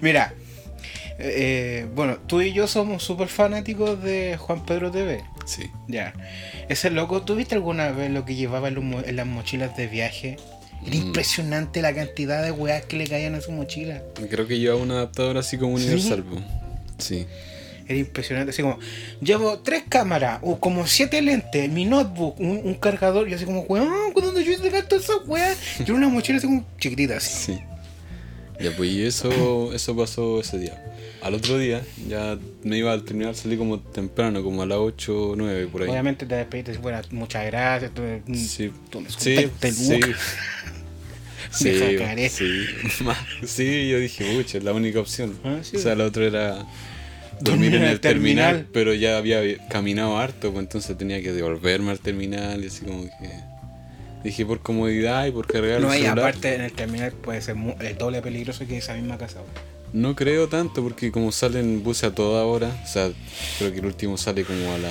[SPEAKER 1] Mira, eh, bueno, tú y yo somos súper fanáticos de Juan Pedro TV.
[SPEAKER 2] Sí.
[SPEAKER 1] Ya. Ese loco, ¿tuviste alguna vez lo que llevaba en, los mo- en las mochilas de viaje? Era
[SPEAKER 2] Mm.
[SPEAKER 1] impresionante la cantidad de weas que le caían a su mochila.
[SPEAKER 2] Creo que lleva un adaptador así como universal, po. Sí.
[SPEAKER 1] Era impresionante. Así como, llevo tres cámaras, o como siete lentes, mi notebook, un, un cargador. Y así como, weón, ¿dónde yo sacar todas esas weas? Yo una mochila así como chiquitita, así.
[SPEAKER 2] Sí. Ya, pues y eso, eso pasó ese día. Al otro día, ya me iba al terminar, salí como temprano, como a las 8 o 9 por ahí.
[SPEAKER 1] Obviamente te despediste, así, bueno, muchas gracias. tú- eh, mm,
[SPEAKER 2] Sí.
[SPEAKER 1] tú me
[SPEAKER 2] Sí,
[SPEAKER 1] contaste, *laughs*
[SPEAKER 2] sí.
[SPEAKER 1] Luca.
[SPEAKER 2] Sí,
[SPEAKER 1] Deja caer.
[SPEAKER 2] sí. Más- sí, yo dije, pucha, es la única opción.
[SPEAKER 1] Ah, sí.
[SPEAKER 2] O sea, la otra era dormir en el terminal, pero ya había caminado harto, pues entonces tenía que devolverme al terminal y así como que... Dije, por comodidad y por cargar
[SPEAKER 1] No,
[SPEAKER 2] el
[SPEAKER 1] y
[SPEAKER 2] celular.
[SPEAKER 1] aparte en el terminal puede ser mu- el doble peligroso que esa misma casa. weón.
[SPEAKER 2] No creo tanto porque como salen buses a toda hora, o sea, creo que el último sale como a la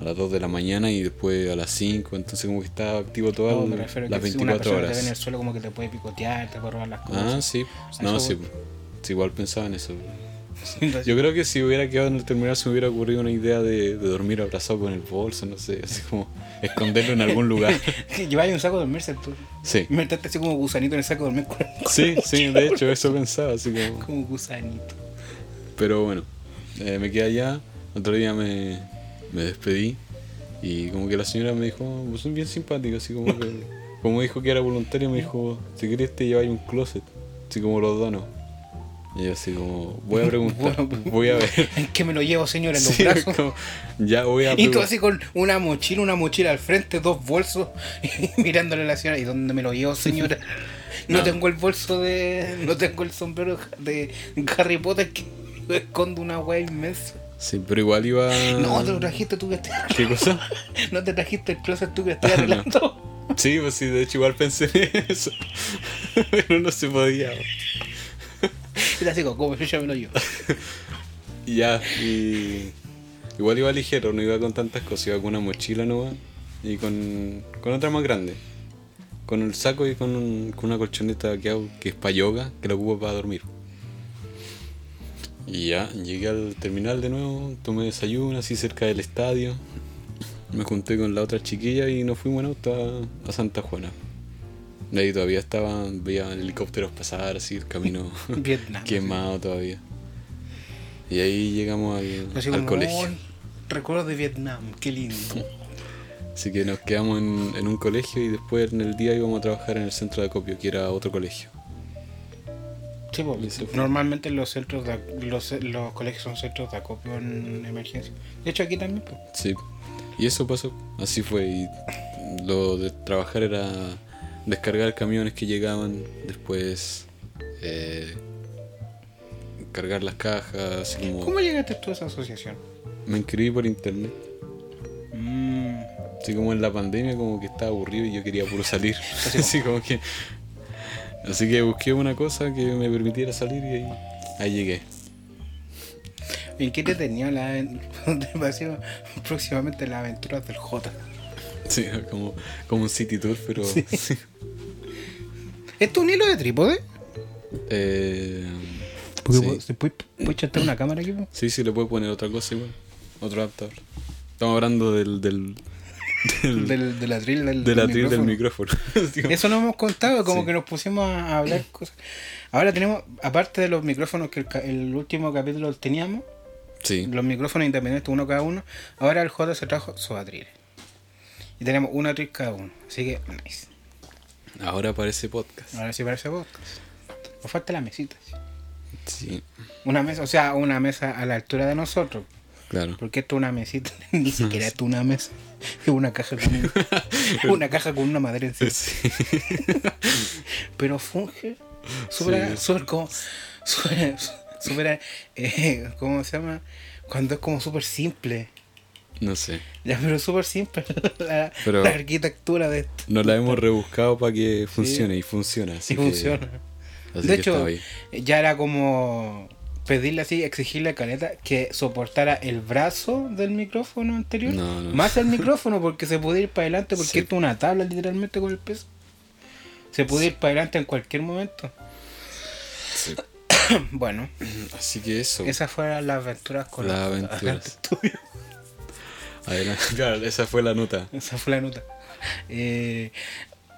[SPEAKER 2] a las 2 de la mañana y después a las 5, entonces como que está activo todas
[SPEAKER 1] No, me refiero
[SPEAKER 2] las
[SPEAKER 1] que si una
[SPEAKER 2] 24
[SPEAKER 1] persona te ve en el
[SPEAKER 2] horas.
[SPEAKER 1] suelo como que te puede picotear, te puede robar las
[SPEAKER 2] Ah,
[SPEAKER 1] cosas.
[SPEAKER 2] sí.
[SPEAKER 1] A
[SPEAKER 2] No,
[SPEAKER 1] eso
[SPEAKER 2] sí.
[SPEAKER 1] voy.
[SPEAKER 2] sí, Igual pensaba en eso.
[SPEAKER 1] *laughs* Entonces,
[SPEAKER 2] Yo creo que si hubiera quedado en el terminal se me hubiera ocurrido una idea de, de dormir abrazado con el bolso, no sé, así como esconderlo en
[SPEAKER 1] *laughs*
[SPEAKER 2] algún lugar.
[SPEAKER 1] Lleváis un saco de dormir, tú.
[SPEAKER 2] Sí.
[SPEAKER 1] Me trataste así como gusanito en el saco de dormir. con-
[SPEAKER 2] Sí, sí, de hecho, eso pensaba, así como...
[SPEAKER 1] *laughs* Como gusanito.
[SPEAKER 2] Pero bueno, eh, me quedé allá, otro día me, me despedí y como que la señora me dijo, "Oh, "Vos son bien simpáticos, así como que... Como dijo que era voluntario, me dijo, si querés te lleváis un closet, así como los donos. Y yo así como, voy a
[SPEAKER 1] *laughs*
[SPEAKER 2] preguntar,
[SPEAKER 1] Bueno,
[SPEAKER 2] voy a ver.
[SPEAKER 1] ¿En qué me lo llevo, señora? En los
[SPEAKER 2] Sí, pues,
[SPEAKER 1] brazos.
[SPEAKER 2] como, ya voy a
[SPEAKER 1] *laughs* Y tú
[SPEAKER 2] preguntar.
[SPEAKER 1] así con una mochila, una mochila al frente, dos bolsos, *laughs* y mirándole a la señora, ¿y dónde me lo llevo, señora? No,
[SPEAKER 2] No.
[SPEAKER 1] tengo el bolso de. No tengo el sombrero de Harry Potter que escondo una wea inmensa.
[SPEAKER 2] Sí, pero igual iba...
[SPEAKER 1] No,
[SPEAKER 2] Ah.
[SPEAKER 1] te *laughs* lo trajiste tú que estoy
[SPEAKER 2] ¿Qué cosa?
[SPEAKER 1] No te trajiste el closet
[SPEAKER 2] *laughs*
[SPEAKER 1] tú que estoy arreglando.
[SPEAKER 2] Sí, pues sí, de hecho igual pensé en eso. *laughs* Pero no se podía.
[SPEAKER 1] Y te así como, como yo ya me lo llevo.
[SPEAKER 2] *laughs* Y ya, y. Igual iba ligero, no iba con tantas cosas, iba con una mochila nomás y con, con otra más grande. Con el saco y con, un- con una colchoneta que hago que es para yoga, que la ocupo para dormir. Y ya, llegué al terminal de nuevo, tomé desayuno así cerca del estadio. Me junté con la otra chiquilla y nos fuimos en auto a, a Santa Juana. De ahí todavía estaban, veía helicópteros pasar así el camino *laughs*
[SPEAKER 1] Vietnam.
[SPEAKER 2] quemado todavía. Y ahí llegamos al,
[SPEAKER 1] Así
[SPEAKER 2] al
[SPEAKER 1] como,
[SPEAKER 2] colegio.
[SPEAKER 1] "Ay, Recuerdo de Vietnam, qué
[SPEAKER 2] *laughs*
[SPEAKER 1] lindo.
[SPEAKER 2] Así que nos quedamos en, en un colegio y después en el día íbamos a trabajar en el centro de acopio, que era otro colegio.
[SPEAKER 1] Sí, po,
[SPEAKER 2] Y eso fue.
[SPEAKER 1] normalmente los centros de, ac- los, los colegios son centros de acopio en emergencia. De hecho, aquí también. pues. po.
[SPEAKER 2] Sí. Y eso pasó. Así fue. Y lo de trabajar era descargar camiones que llegaban, después eh, cargar las cajas. así como-
[SPEAKER 1] ¿Cómo llegaste tú a esa asociación?
[SPEAKER 2] Me inscribí por internet.
[SPEAKER 1] Mm.
[SPEAKER 2] Así como en la pandemia como que estaba aburrido y yo quería puro salir. *laughs* Así como que... Así que busqué una cosa que me permitiera salir y ahí, ahí llegué. *laughs*
[SPEAKER 1] ¿En qué te tenía la *laughs* te pasó próximamente las aventuras del J?
[SPEAKER 2] Sí, como, como un city tour, pero...
[SPEAKER 1] ¿Esto es un hilo de trípode?
[SPEAKER 2] *laughs* Eh,
[SPEAKER 1] Porque
[SPEAKER 2] sí.
[SPEAKER 1] ¿se puede, puede chantar una cámara aquí? pues. po?
[SPEAKER 2] sí, sí, le puedo poner otra cosa igual. Otro adaptador. Estamos hablando del... del, del-
[SPEAKER 1] Del, de la tril del,
[SPEAKER 2] de la tril del
[SPEAKER 1] micrófono.
[SPEAKER 2] micrófono. *laughs*
[SPEAKER 1] *laughs*
[SPEAKER 2] Así como-
[SPEAKER 1] Eso no hemos contado, como
[SPEAKER 2] Sí.
[SPEAKER 1] que nos pusimos a hablar cosas. Ahora tenemos, aparte de los micrófonos que el, ca- el último capítulo teníamos,
[SPEAKER 2] Sí,
[SPEAKER 1] los micrófonos independientes uno cada uno. Ahora el J se trajo sus atriles. Y tenemos una atril cada uno. Así que, nice.
[SPEAKER 2] ahora aparece podcast.
[SPEAKER 1] Ahora sí parece podcast. Nos falta la mesita. sí.
[SPEAKER 2] Sí,
[SPEAKER 1] Una mesa, o sea, una mesa a la altura de nosotros.
[SPEAKER 2] claro.
[SPEAKER 1] Porque esto es una mesita. *laughs* Ni siquiera esto es una mesa. Es una caja con
[SPEAKER 2] *laughs*
[SPEAKER 1] una caja con una madera encima.
[SPEAKER 2] Sí.
[SPEAKER 1] Pero funge. Súper,
[SPEAKER 2] Sí.
[SPEAKER 1] súper como. Súper. súper, eh, ¿Cómo se llama? Cuando es como súper simple.
[SPEAKER 2] No sé.
[SPEAKER 1] Ya, pero súper simple *laughs* la,
[SPEAKER 2] Pero-
[SPEAKER 1] la arquitectura de esto.
[SPEAKER 2] Nos la hemos rebuscado para que funcione y funciona.
[SPEAKER 1] Sí
[SPEAKER 2] Así que-
[SPEAKER 1] funciona.
[SPEAKER 2] así
[SPEAKER 1] de
[SPEAKER 2] que está
[SPEAKER 1] hecho,
[SPEAKER 2] bien.
[SPEAKER 1] ya era como pedirle así, exigirle a Caleta que soportara el brazo del micrófono anterior,
[SPEAKER 2] No, no.
[SPEAKER 1] más el micrófono, porque se puede ir para adelante, porque
[SPEAKER 2] Sí.
[SPEAKER 1] esto es una tabla literalmente con el peso. Se puede ir para adelante en cualquier momento.
[SPEAKER 2] Sí.
[SPEAKER 1] *coughs* bueno,
[SPEAKER 2] Así que eso.
[SPEAKER 1] esas fueron las *laughs* aventuras con
[SPEAKER 2] Las
[SPEAKER 1] los-
[SPEAKER 2] aventuras. Adelante. Claro, esa fue la nota.
[SPEAKER 1] Esa fue la nota. Eh,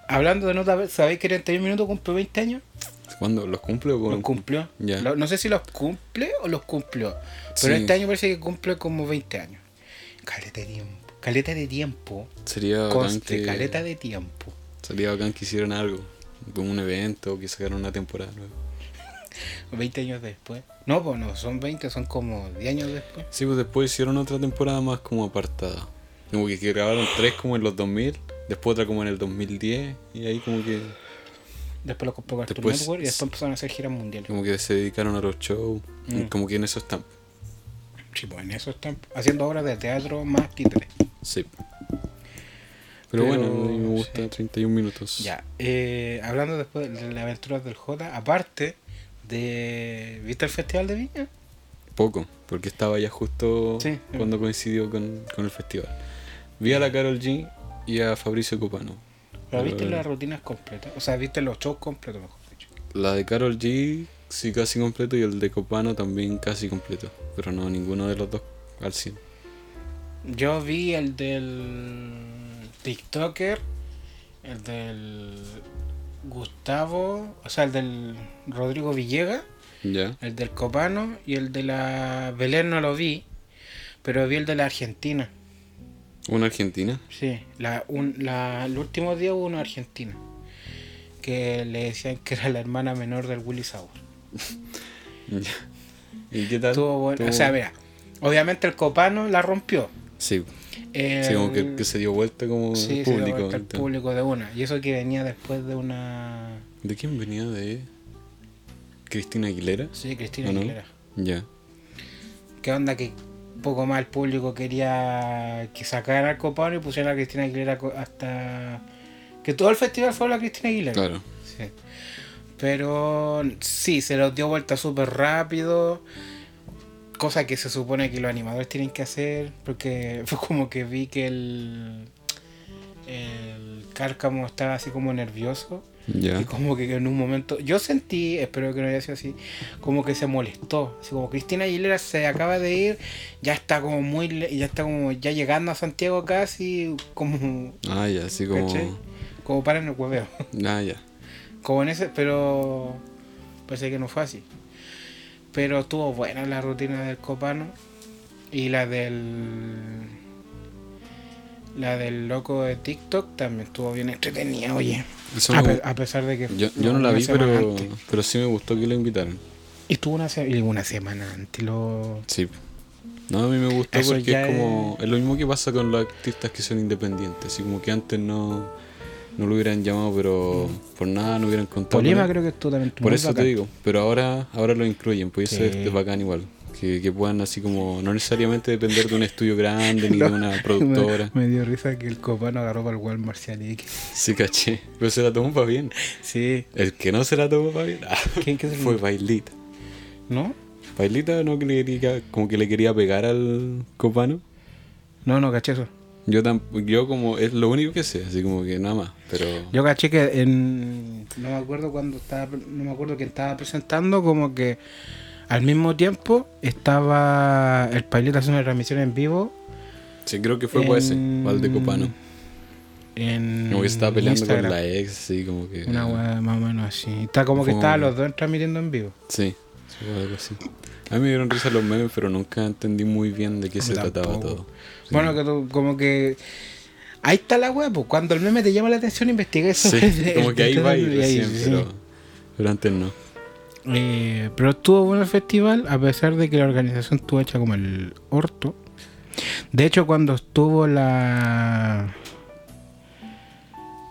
[SPEAKER 1] hablando de nota, ¿sabéis que 31 minutos cumple 20 años?
[SPEAKER 2] ¿Cuándo? ¿Los cumple o
[SPEAKER 1] Los
[SPEAKER 2] cuándo?
[SPEAKER 1] cumplió.
[SPEAKER 2] Ya.
[SPEAKER 1] Lo- no sé si los cumple o los cumplió. Pero
[SPEAKER 2] Sí.
[SPEAKER 1] este año parece que cumple como 20 años. Caleta de tiempo. Caleta de tiempo.
[SPEAKER 2] Sería bacán
[SPEAKER 1] Conste,
[SPEAKER 2] que,
[SPEAKER 1] caleta de tiempo.
[SPEAKER 2] sería bacán que hicieran algo. Como un evento, que sacaran una temporada nueva.
[SPEAKER 1] 20 años después. No, pues no, son 20, son como 10 años después.
[SPEAKER 2] Sí, pues después hicieron otra temporada más como apartada. Como que, que grabaron tres como en los 2000, después otra como en el 2010, y ahí como que
[SPEAKER 1] Después lo compró Cartoon
[SPEAKER 2] Después-
[SPEAKER 1] Network y después empezaron a hacer giras mundiales.
[SPEAKER 2] como que se dedicaron a los shows. y
[SPEAKER 1] Mm.
[SPEAKER 2] Como que en eso están.
[SPEAKER 1] Sí, pues en eso están haciendo obras de teatro más títeres.
[SPEAKER 2] Sí. Pero,
[SPEAKER 1] Pero,
[SPEAKER 2] bueno, a mí me
[SPEAKER 1] sí.
[SPEAKER 2] gusta 31 minutos.
[SPEAKER 1] Ya, eh, hablando después de las aventuras del J, aparte de. ¿Viste el Festival de Viña?
[SPEAKER 2] Poco, porque estaba ya justo
[SPEAKER 1] Sí. eh.
[SPEAKER 2] cuando coincidió con, con el festival. Vi a la Carol G y a Fabricio Copano.
[SPEAKER 1] ¿Pero viste
[SPEAKER 2] Eh,
[SPEAKER 1] las rutinas completas? O sea, viste los shows completos, mejor dicho.
[SPEAKER 2] La de Carol G sí casi completo y el de Copano también casi completo. Pero no, ninguno de los dos al 100.
[SPEAKER 1] Yo vi el del TikToker, el del Gustavo, o sea, el del Rodrigo Villega,
[SPEAKER 2] Ya.
[SPEAKER 1] el del Copano y el de la Belén no lo vi, pero vi el de la Argentina.
[SPEAKER 2] Una argentina.
[SPEAKER 1] Sí, la, un, la, el último día hubo una argentina que le decían que era la hermana menor del Willy Sabor.
[SPEAKER 2] Ya. ¿Y qué tal?
[SPEAKER 1] Estuvo bueno. O sea, mira, obviamente el Copano la rompió.
[SPEAKER 2] Sí.
[SPEAKER 1] El,
[SPEAKER 2] Sí, como que, que se dio vuelta como
[SPEAKER 1] sí,
[SPEAKER 2] el
[SPEAKER 1] se dio
[SPEAKER 2] público.
[SPEAKER 1] vuelta al
[SPEAKER 2] entonces.
[SPEAKER 1] público de una. Y eso que venía después de una.
[SPEAKER 2] ¿De quién venía? ¿De Cristina Aguilera?
[SPEAKER 1] Sí, Cristina
[SPEAKER 2] ¿O no?
[SPEAKER 1] Aguilera.
[SPEAKER 2] Ya.
[SPEAKER 1] ¿Qué onda que poco más el público quería que sacara al Copano y pusiera a Cristina Aguilera co- hasta. Que todo el festival fue la Cristina Aguilera.
[SPEAKER 2] Claro.
[SPEAKER 1] Sí. Pero sí, se los dio vuelta súper rápido. Cosa que se supone que los animadores tienen que hacer. Porque *laughs* fue como que vi que el, el cárcamo estaba así como nervioso.
[SPEAKER 2] Ya.
[SPEAKER 1] Y como que en un momento, yo sentí, espero que no haya sido así, como que se molestó. Así como Cristina Aguilera se acaba de ir, ya está como muy, le- ya está como ya llegando a Santiago casi, como,
[SPEAKER 2] Ah, ya, así como.
[SPEAKER 1] ¿cachai? Como para en el hueveo.
[SPEAKER 2] Ah, ya.
[SPEAKER 1] Como en ese, pero parece que no fue así. Pero estuvo buena la rutina del Copano y la del la del loco de TikTok también estuvo bien entretenida, oye.
[SPEAKER 2] Eso
[SPEAKER 1] a,
[SPEAKER 2] me
[SPEAKER 1] pe-
[SPEAKER 2] gu-
[SPEAKER 1] a pesar de que
[SPEAKER 2] Yo, yo no la
[SPEAKER 1] una
[SPEAKER 2] vi,
[SPEAKER 1] semana
[SPEAKER 2] pero,
[SPEAKER 1] antes.
[SPEAKER 2] pero sí me gustó que la invitaron.
[SPEAKER 1] Y estuvo una, se- y una semana antes. Lo...
[SPEAKER 2] Sí. No, a mí me gustó
[SPEAKER 1] Eso
[SPEAKER 2] porque
[SPEAKER 1] ya
[SPEAKER 2] es como.
[SPEAKER 1] es-
[SPEAKER 2] Es... lo mismo que pasa con los artistas que son independientes. Así como que antes no, no lo hubieran llamado, pero por nada no hubieran contado. con
[SPEAKER 1] Tolima
[SPEAKER 2] él.
[SPEAKER 1] creo que estuvo también.
[SPEAKER 2] Por
[SPEAKER 1] muy
[SPEAKER 2] eso
[SPEAKER 1] bacán.
[SPEAKER 2] te digo, pero ahora, ahora lo incluyen, pues eso es,
[SPEAKER 1] Sí.
[SPEAKER 2] es bacán igual. Que, que puedan así como, no necesariamente depender de un estudio
[SPEAKER 1] *laughs*
[SPEAKER 2] grande ni de una productora.
[SPEAKER 1] *laughs* Me, me dio risa que el Copano agarró para el Walmart Marcial.
[SPEAKER 2] Sí, caché. Pero se la tomó para bien.
[SPEAKER 1] Sí.
[SPEAKER 2] El que no se la tomó para bien ah,
[SPEAKER 1] ¿Quién que se
[SPEAKER 2] fue Bailita.
[SPEAKER 1] ¿No?
[SPEAKER 2] Bailita no que le quería, como que le quería pegar al copano.
[SPEAKER 1] No, no, caché eso.
[SPEAKER 2] Yo, tam- yo como, es lo único que sé, así como que nada más. Pero
[SPEAKER 1] Yo caché que en. No me acuerdo cuando estaba. pre- No me acuerdo que estaba presentando, como que al mismo tiempo estaba el Pailita haciendo una transmisión en vivo.
[SPEAKER 2] sí, creo que fue para ese,
[SPEAKER 1] en-
[SPEAKER 2] para el de copano.
[SPEAKER 1] En.
[SPEAKER 2] Como que estaba peleando
[SPEAKER 1] Instagram.
[SPEAKER 2] con la ex, así como que...
[SPEAKER 1] Una weá más o menos así. Está como que
[SPEAKER 2] Fue-
[SPEAKER 1] estaban los dos transmitiendo en vivo.
[SPEAKER 2] Sí, sí, fue algo así. A mí me dieron risa los memes, pero nunca entendí muy bien de qué se trataba
[SPEAKER 1] Tampoco.
[SPEAKER 2] todo.
[SPEAKER 1] *laughs*
[SPEAKER 2] Sí.
[SPEAKER 1] Bueno, que tú, como que. Ahí está la weá, pues cuando el meme te llama la atención, investiga eso. *laughs*
[SPEAKER 2] Sí, como que ahí va y recién,
[SPEAKER 1] sí.
[SPEAKER 2] pero, pero antes no.
[SPEAKER 1] Eh, pero estuvo bueno el festival, a pesar de que la organización estuvo hecha como el orto. De hecho, cuando estuvo la.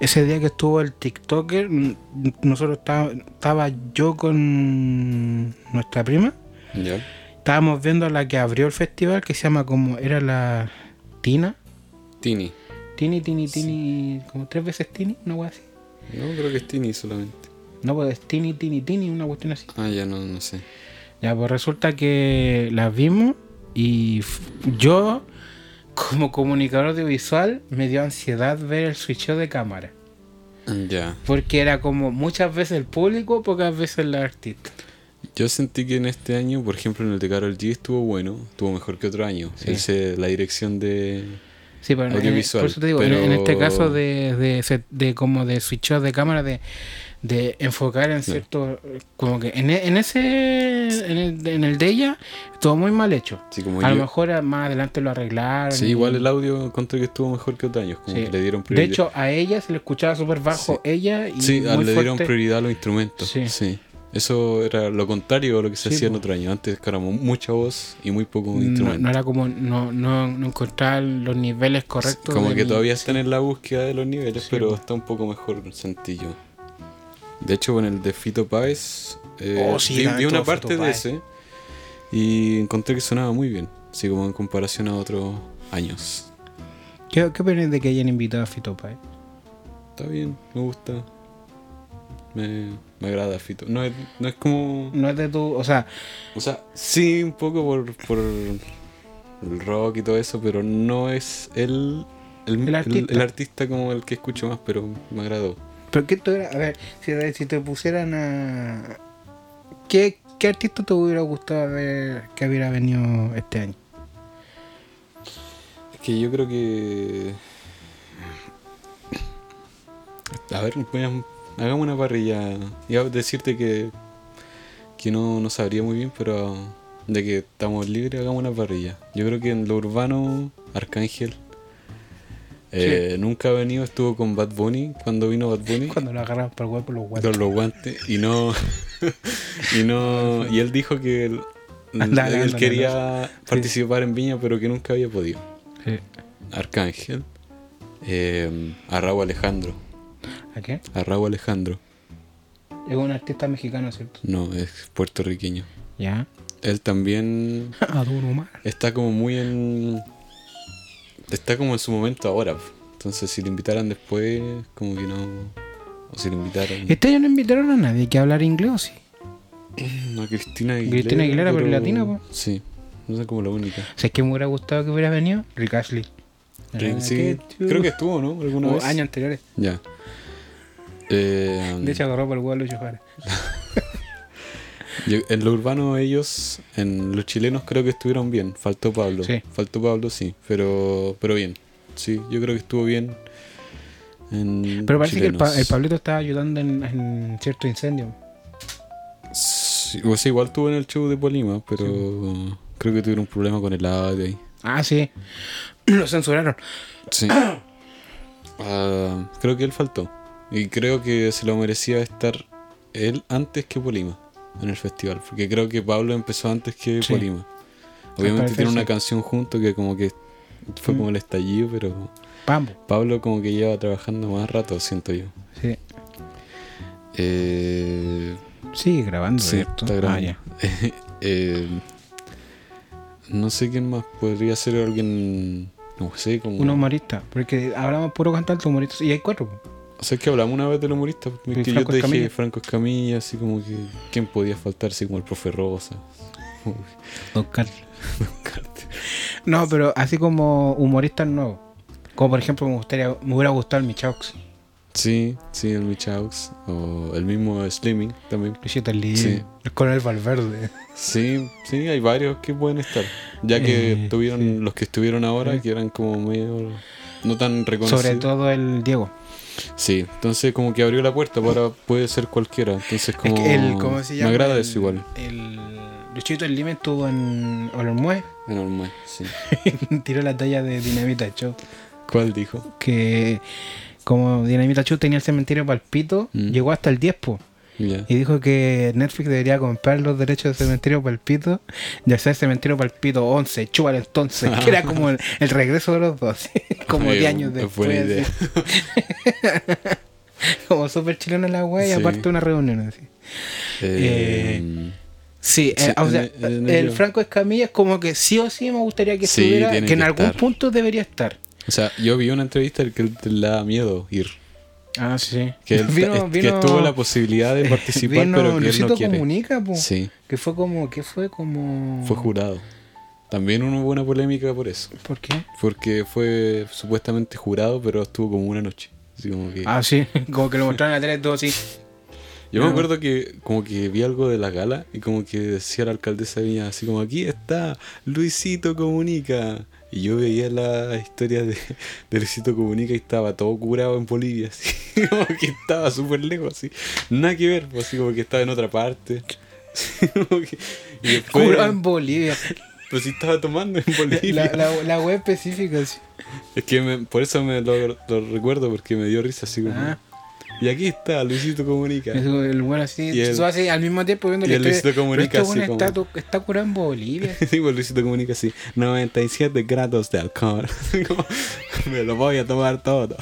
[SPEAKER 1] Ese día que estuvo el TikToker, n- nosotros estaba, estaba yo con nuestra prima.
[SPEAKER 2] ¿Ya?
[SPEAKER 1] Estábamos viendo a la que abrió el festival, que se llama como. Era la Tina.
[SPEAKER 2] Tini.
[SPEAKER 1] Tini, Tini, Tini. Como tres veces Tini, una wea así.
[SPEAKER 2] No, creo que es Tini solamente.
[SPEAKER 1] No, pues es Tini, Tini, Tini, una cuestión así.
[SPEAKER 2] Ah, ya no, no sé.
[SPEAKER 1] Ya, pues resulta que las vimos y f- yo, como comunicador audiovisual, me dio ansiedad ver el switcheo de cámara.
[SPEAKER 2] Ya.
[SPEAKER 1] Porque era como muchas veces el público, pocas veces la artista.
[SPEAKER 2] Yo sentí que en este año, por ejemplo, en el de Carol G estuvo bueno, estuvo mejor que otro año.
[SPEAKER 1] Sí.
[SPEAKER 2] Ese- la dirección de...
[SPEAKER 1] Sí, pero en- en-
[SPEAKER 2] Audiovisual,
[SPEAKER 1] por eso te digo, en- en,
[SPEAKER 2] pero-
[SPEAKER 1] este caso de, de, se- de como de switcheo de cámara, de, de enfocar en cierto. Como que en, e- en ese. En el, en el de ella, estuvo muy mal hecho.
[SPEAKER 2] Sí, como
[SPEAKER 1] A lo
[SPEAKER 2] yo-
[SPEAKER 1] mejor a- más adelante lo arreglaron.
[SPEAKER 2] Sí,
[SPEAKER 1] y-
[SPEAKER 2] igual el audio encontré que estuvo mejor que otro año. Como
[SPEAKER 1] Sí.
[SPEAKER 2] que le dieron
[SPEAKER 1] de
[SPEAKER 2] prioridad.
[SPEAKER 1] hecho, a ella se le escuchaba súper bajo ella y
[SPEAKER 2] Sí,
[SPEAKER 1] muy
[SPEAKER 2] ah, le dieron
[SPEAKER 1] fuerte.
[SPEAKER 2] prioridad a los instrumentos.
[SPEAKER 1] Sí.
[SPEAKER 2] Sí. Eso era lo contrario a lo que se
[SPEAKER 1] Sí,
[SPEAKER 2] hacía
[SPEAKER 1] po.
[SPEAKER 2] en otro año. Antes que era mu- mucha voz y muy poco
[SPEAKER 1] No,
[SPEAKER 2] instrumento.
[SPEAKER 1] Mm, no era como, no, no, no encontraba los niveles correctos.
[SPEAKER 2] Como
[SPEAKER 1] del-
[SPEAKER 2] que todavía están en la búsqueda de los niveles,
[SPEAKER 1] Sí,
[SPEAKER 2] pero
[SPEAKER 1] po.
[SPEAKER 2] está un poco mejor sentí yo. De hecho, con el de Fito Páez, eh,
[SPEAKER 1] Oh, sí,
[SPEAKER 2] vi,
[SPEAKER 1] también
[SPEAKER 2] vi una
[SPEAKER 1] estuvo Fito
[SPEAKER 2] parte de
[SPEAKER 1] Páez.
[SPEAKER 2] ese y encontré que sonaba muy bien. Así como en comparación a otros años.
[SPEAKER 1] ¿Qué, qué opinas de que hayan invitado a Fito Páez?
[SPEAKER 2] Está bien, me gusta. Me, me agrada Fito. No es, no es como...
[SPEAKER 1] No es de tu. O sea,
[SPEAKER 2] O sea, sí, un poco por, por el rock y todo eso, pero no es el, el,
[SPEAKER 1] El
[SPEAKER 2] el-
[SPEAKER 1] artista.
[SPEAKER 2] el artista como el que escucho más, pero me agradó.
[SPEAKER 1] ¿pero qué te hubiera- A ver, si, te- si te pusieran a. ¿qué, ¿Qué artista te hubiera gustado ver que hubiera venido este año?
[SPEAKER 2] Es que yo creo que A ver, veamos, hagamos una parrilla. Iba a decirte que, que no, no sabría muy bien, pero de que estamos libres, hagamos una parrilla. Yo creo que en lo urbano, Arcángel eh, nunca ha venido, estuvo con Bad Bunny cuando vino Bad Bunny.
[SPEAKER 1] Cuando lo agarran para el huevo los guantes.
[SPEAKER 2] Con los guantes y no *laughs* y no y él dijo que él,
[SPEAKER 1] Andale,
[SPEAKER 2] él
[SPEAKER 1] andale,
[SPEAKER 2] quería participar en Viña pero que nunca había podido
[SPEAKER 1] Sí.
[SPEAKER 2] Arcángel eh, Arrao Alejandro
[SPEAKER 1] ¿A qué?
[SPEAKER 2] Arrao Alejandro
[SPEAKER 1] Es un artista mexicano, ¿cierto?
[SPEAKER 2] no es puertorriqueño
[SPEAKER 1] *laughs* Ya.
[SPEAKER 2] él también
[SPEAKER 1] Adoro más.
[SPEAKER 2] está como muy en está como en su momento ahora entonces si le invitaran después como que no o si le invitaran
[SPEAKER 1] Este año no invitaron a nadie que hablar inglés, ¿o sí?
[SPEAKER 2] a Cristina Aguilera
[SPEAKER 1] Cristina Aguilera, pero latina, po.
[SPEAKER 2] sí no sé como la única
[SPEAKER 1] O sea, es que me hubiera gustado que hubiera venido Rick Ashley.
[SPEAKER 2] Rick,
[SPEAKER 1] Ah,
[SPEAKER 2] sí,
[SPEAKER 1] qué chulo. Oh,
[SPEAKER 2] creo que estuvo, ¿no? Alguna
[SPEAKER 1] O
[SPEAKER 2] vez.
[SPEAKER 1] años anteriores.
[SPEAKER 2] Ya. Eh,
[SPEAKER 1] De hecho, agarró para el huevo a Lucho Jara.
[SPEAKER 2] yo- en lo urbano ellos, en los chilenos creo que estuvieron bien. Faltó Pablo.
[SPEAKER 1] Sí.
[SPEAKER 2] Faltó Pablo, sí. Pero, pero bien. Sí, yo creo que estuvo bien. en
[SPEAKER 1] Pero parece que el, pa-
[SPEAKER 2] chilenos.
[SPEAKER 1] el Pablito estaba ayudando en, en cierto incendio.
[SPEAKER 2] Sí, o sea, igual estuvo en el show de Polima, pero creo que tuvieron un problema con el audio ahí.
[SPEAKER 1] Ah, sí. *clears throat* Lo censuraron. *coughs*
[SPEAKER 2] Sí. Ah, creo que él faltó. Y creo que se lo merecía estar él antes que Polima en el festival. Porque creo que Pablo empezó antes que
[SPEAKER 1] Sí.
[SPEAKER 2] Polima.
[SPEAKER 1] Al
[SPEAKER 2] Obviamente
[SPEAKER 1] parecer,
[SPEAKER 2] tiene una
[SPEAKER 1] sí. Mm.
[SPEAKER 2] canción junto que como que fue como el estallido, pero
[SPEAKER 1] Pambo.
[SPEAKER 2] Pablo como que lleva trabajando más rato, siento yo.
[SPEAKER 1] Sí.
[SPEAKER 2] Eh,
[SPEAKER 1] Sigue grabando,
[SPEAKER 2] sí,
[SPEAKER 1] ¿cierto?
[SPEAKER 2] está
[SPEAKER 1] Ah,
[SPEAKER 2] grabando.
[SPEAKER 1] ya.
[SPEAKER 2] *laughs* Eh, no sé quién más. Podría ser alguien, no sé, como...
[SPEAKER 1] Un humorista. Porque hablamos puro cantante humorista. Y hay cuatro. po.
[SPEAKER 2] O sea, es que hablamos una vez del humorista.
[SPEAKER 1] Y
[SPEAKER 2] Que yo
[SPEAKER 1] Franco
[SPEAKER 2] te dije
[SPEAKER 1] Escamilla.
[SPEAKER 2] Franco Escamilla, así como que. ¿Quién podía faltar? Así como el profe Rosa. *laughs*
[SPEAKER 1] No, pero así como humoristas nuevos. Como por ejemplo, me gustaría, me hubiera gustado el Michaux.
[SPEAKER 2] Sí, sí, el Michaux. O el mismo Slimming también.
[SPEAKER 1] Luisito Lee.
[SPEAKER 2] Sí.
[SPEAKER 1] El Coronel Valverde.
[SPEAKER 2] Sí, sí, hay varios que pueden estar. Ya que
[SPEAKER 1] Eh,
[SPEAKER 2] tuvieron los que estuvieron ahora, que eran como medio. No tan reconocidos.
[SPEAKER 1] Sobre todo el Diego.
[SPEAKER 2] Sí, entonces como que abrió la puerta para. Puede ser cualquiera. Entonces
[SPEAKER 1] Es
[SPEAKER 2] como.
[SPEAKER 1] que el, ¿cómo se llama?
[SPEAKER 2] Me agrada
[SPEAKER 1] El-
[SPEAKER 2] eso igual.
[SPEAKER 1] El Luchito Lime estuvo en Olormue
[SPEAKER 2] Enorme, sí.
[SPEAKER 1] *laughs* tiró la talla de Dinamita Show.
[SPEAKER 2] ¿Cuál dijo?
[SPEAKER 1] Que como Dinamita Show tenía el cementerio Palpito,
[SPEAKER 2] Mm.
[SPEAKER 1] llegó hasta el 10 po,
[SPEAKER 2] Ya.
[SPEAKER 1] y dijo que Netflix debería comprar los derechos del cementerio Palpito y hacer cementerio Palpito 11, chúbalo entonces,
[SPEAKER 2] Ah.
[SPEAKER 1] que era como el, el regreso de los dos, *laughs* como
[SPEAKER 2] Eh,
[SPEAKER 1] 10 años
[SPEAKER 2] es buena
[SPEAKER 1] después. así.
[SPEAKER 2] idea.
[SPEAKER 1] Como súper chilena la wea y
[SPEAKER 2] Sí.
[SPEAKER 1] aparte una reunión así. *laughs*
[SPEAKER 2] Eh,
[SPEAKER 1] Sí,
[SPEAKER 2] Sí,
[SPEAKER 1] eh, o
[SPEAKER 2] en
[SPEAKER 1] sea,
[SPEAKER 2] el- en el
[SPEAKER 1] el
[SPEAKER 2] yo.
[SPEAKER 1] Franco Escamilla es como que sí o sí me gustaría que
[SPEAKER 2] Sí,
[SPEAKER 1] estuviera, que
[SPEAKER 2] tiene
[SPEAKER 1] en
[SPEAKER 2] que
[SPEAKER 1] algún
[SPEAKER 2] estar.
[SPEAKER 1] punto debería estar.
[SPEAKER 2] O sea, yo vi una entrevista al que él le da miedo ir.
[SPEAKER 1] Ah, sí.
[SPEAKER 2] Que, él- es- que tuvo la posibilidad
[SPEAKER 1] *laughs*
[SPEAKER 2] de participar,
[SPEAKER 1] vino
[SPEAKER 2] pero que él
[SPEAKER 1] Luisito
[SPEAKER 2] no quiere.
[SPEAKER 1] Comunica, po, Mm.
[SPEAKER 2] Sí,
[SPEAKER 1] que fue como, que fue como...
[SPEAKER 2] fue jurado. También hubo una polémica por eso.
[SPEAKER 1] ¿Por qué?
[SPEAKER 2] Porque fue supuestamente jurado, pero estuvo como una noche. Así como que-
[SPEAKER 1] Ah, sí, *laughs* como que lo mostraron a tele todo así.
[SPEAKER 2] yo me acuerdo que como que vi algo de la gala y como que decía la alcaldesa de Viña, así como aquí está, Luisito Comunica. Y yo veía la historia de, *laughs* de Luisito Comunica y estaba todo curado en Bolivia, *laughs* así como que estaba súper lejos, así. Nada que ver, pues, así como que estaba en otra parte. *laughs* Así como que- y después,
[SPEAKER 1] Curado en Bolivia.
[SPEAKER 2] pues sí estaba tomando
[SPEAKER 1] *laughs*
[SPEAKER 2] en Bolivia.
[SPEAKER 1] La, la, la web específica, sí.
[SPEAKER 2] Es que me- por eso me lo, lo recuerdo, porque me dio risa, así como...
[SPEAKER 1] Ah.
[SPEAKER 2] Y aquí está, Luisito Comunica.
[SPEAKER 1] Es como el bueno así,
[SPEAKER 2] Y el-
[SPEAKER 1] tú así, al mismo tiempo viendo
[SPEAKER 2] y
[SPEAKER 1] la
[SPEAKER 2] el
[SPEAKER 1] historia,
[SPEAKER 2] Luisito Comunica
[SPEAKER 1] pero este
[SPEAKER 2] así
[SPEAKER 1] bueno está,
[SPEAKER 2] como-
[SPEAKER 1] tu- está curado en *laughs* Bolivia.
[SPEAKER 2] *laughs* Sí, pues Luisito comunica así, 97 grados de alcohol. *laughs* Como, me lo voy a tomar todo.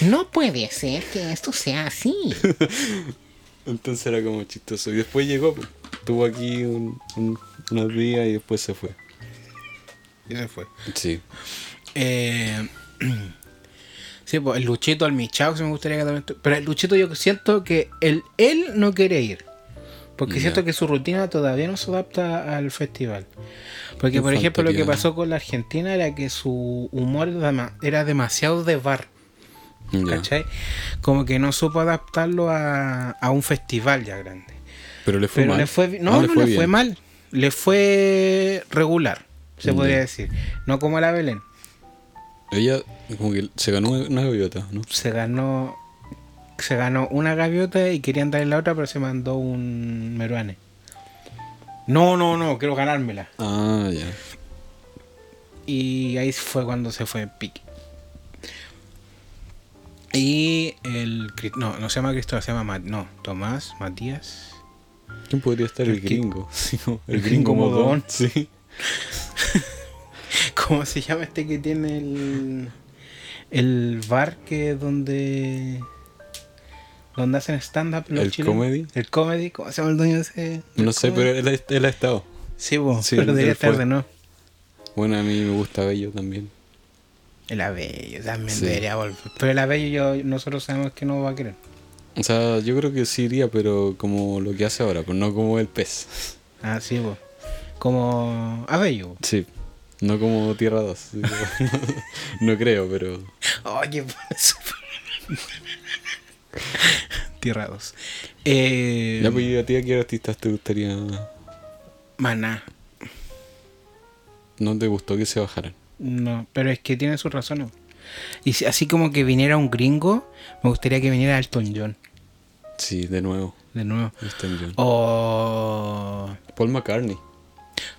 [SPEAKER 2] *laughs*
[SPEAKER 4] No puede ser que esto sea así.
[SPEAKER 2] Entonces era como chistoso. Y después llegó, pues, tuvo aquí un- un- unos días y después se fue.
[SPEAKER 1] Y se fue.
[SPEAKER 2] Sí.
[SPEAKER 1] Eh, *clears throat* sí, pues el Luchito, el Michao, se me gustaría que también. estu- Pero el Luchito, yo siento que él, él no quiere ir. Porque
[SPEAKER 2] Ya.
[SPEAKER 1] siento que su rutina todavía no se adapta al festival. Porque,
[SPEAKER 2] Qué
[SPEAKER 1] por ejemplo, lo que
[SPEAKER 2] faltaría.
[SPEAKER 1] pasó con la Argentina era que su humor era dema- era demasiado de bar. ¿Cachai? Como que no supo adaptarlo a, a un festival ya grande.
[SPEAKER 2] Pero le fue
[SPEAKER 1] Pero
[SPEAKER 2] mal.
[SPEAKER 1] le fue, bi- no, no, le fue,
[SPEAKER 2] bien.
[SPEAKER 1] mal. Le fue regular, se
[SPEAKER 2] Ya.
[SPEAKER 1] podría decir. No como a la Belén.
[SPEAKER 2] Ella como que se ganó una gaviota, ¿no?
[SPEAKER 1] Se ganó. Se ganó una gaviota y querían darle la otra, pero se mandó un meruane. No, no, no, quiero ganármela.
[SPEAKER 2] Ah, ya.
[SPEAKER 1] Y ahí fue cuando se fue en pique. Y el. Cri- No, no se llama Cristóbal, se llama Mat- no, Tomás, Matías. *laughs*
[SPEAKER 2] ¿Quién podría estar el
[SPEAKER 1] El que-
[SPEAKER 2] gringo? *laughs* Sí, como el,
[SPEAKER 1] el
[SPEAKER 2] gringo
[SPEAKER 1] gringo
[SPEAKER 2] modón.
[SPEAKER 1] modón.
[SPEAKER 2] Sí.
[SPEAKER 1] ¿Cómo se llama este que tiene el. El bar que es donde. Donde hacen stand-up los
[SPEAKER 2] ¿El
[SPEAKER 1] chilenos?
[SPEAKER 2] comedy?
[SPEAKER 1] El comedy, ¿cómo se llama el dueño de ese? *laughs*
[SPEAKER 2] No sé, pero él, ha- él ha estado.
[SPEAKER 1] Sí, vos,
[SPEAKER 2] Sí,
[SPEAKER 1] pero debería
[SPEAKER 2] él fue.
[SPEAKER 1] estar de nuevo.
[SPEAKER 2] Bueno, a mí me gusta Bello también.
[SPEAKER 1] El Abello también
[SPEAKER 2] Sí.
[SPEAKER 1] debería volver. Pero el Abello yo, nosotros sabemos que no va a querer.
[SPEAKER 2] O sea, yo creo que sí iría, pero como lo que hace ahora, pues no como el pez.
[SPEAKER 1] Ah, sí, vos. Como Abello. vos.
[SPEAKER 2] Sí. No como Tierra 2. sí, como- *laughs* no creo, pero. *laughs*
[SPEAKER 1] Oye, por eso. Tierra 2. Eh,
[SPEAKER 2] Ya, pues, ¿y a ti a qué artistas te gustaría.?
[SPEAKER 1] Maná.
[SPEAKER 2] No te gustó que se bajaran.
[SPEAKER 1] No, pero es que tiene sus razones. Y si- así como que viniera un gringo, me gustaría que viniera Elton John
[SPEAKER 2] Sí, de nuevo.
[SPEAKER 1] de nuevo.
[SPEAKER 2] Elton John.
[SPEAKER 1] O.
[SPEAKER 2] Oh. Paul McCartney.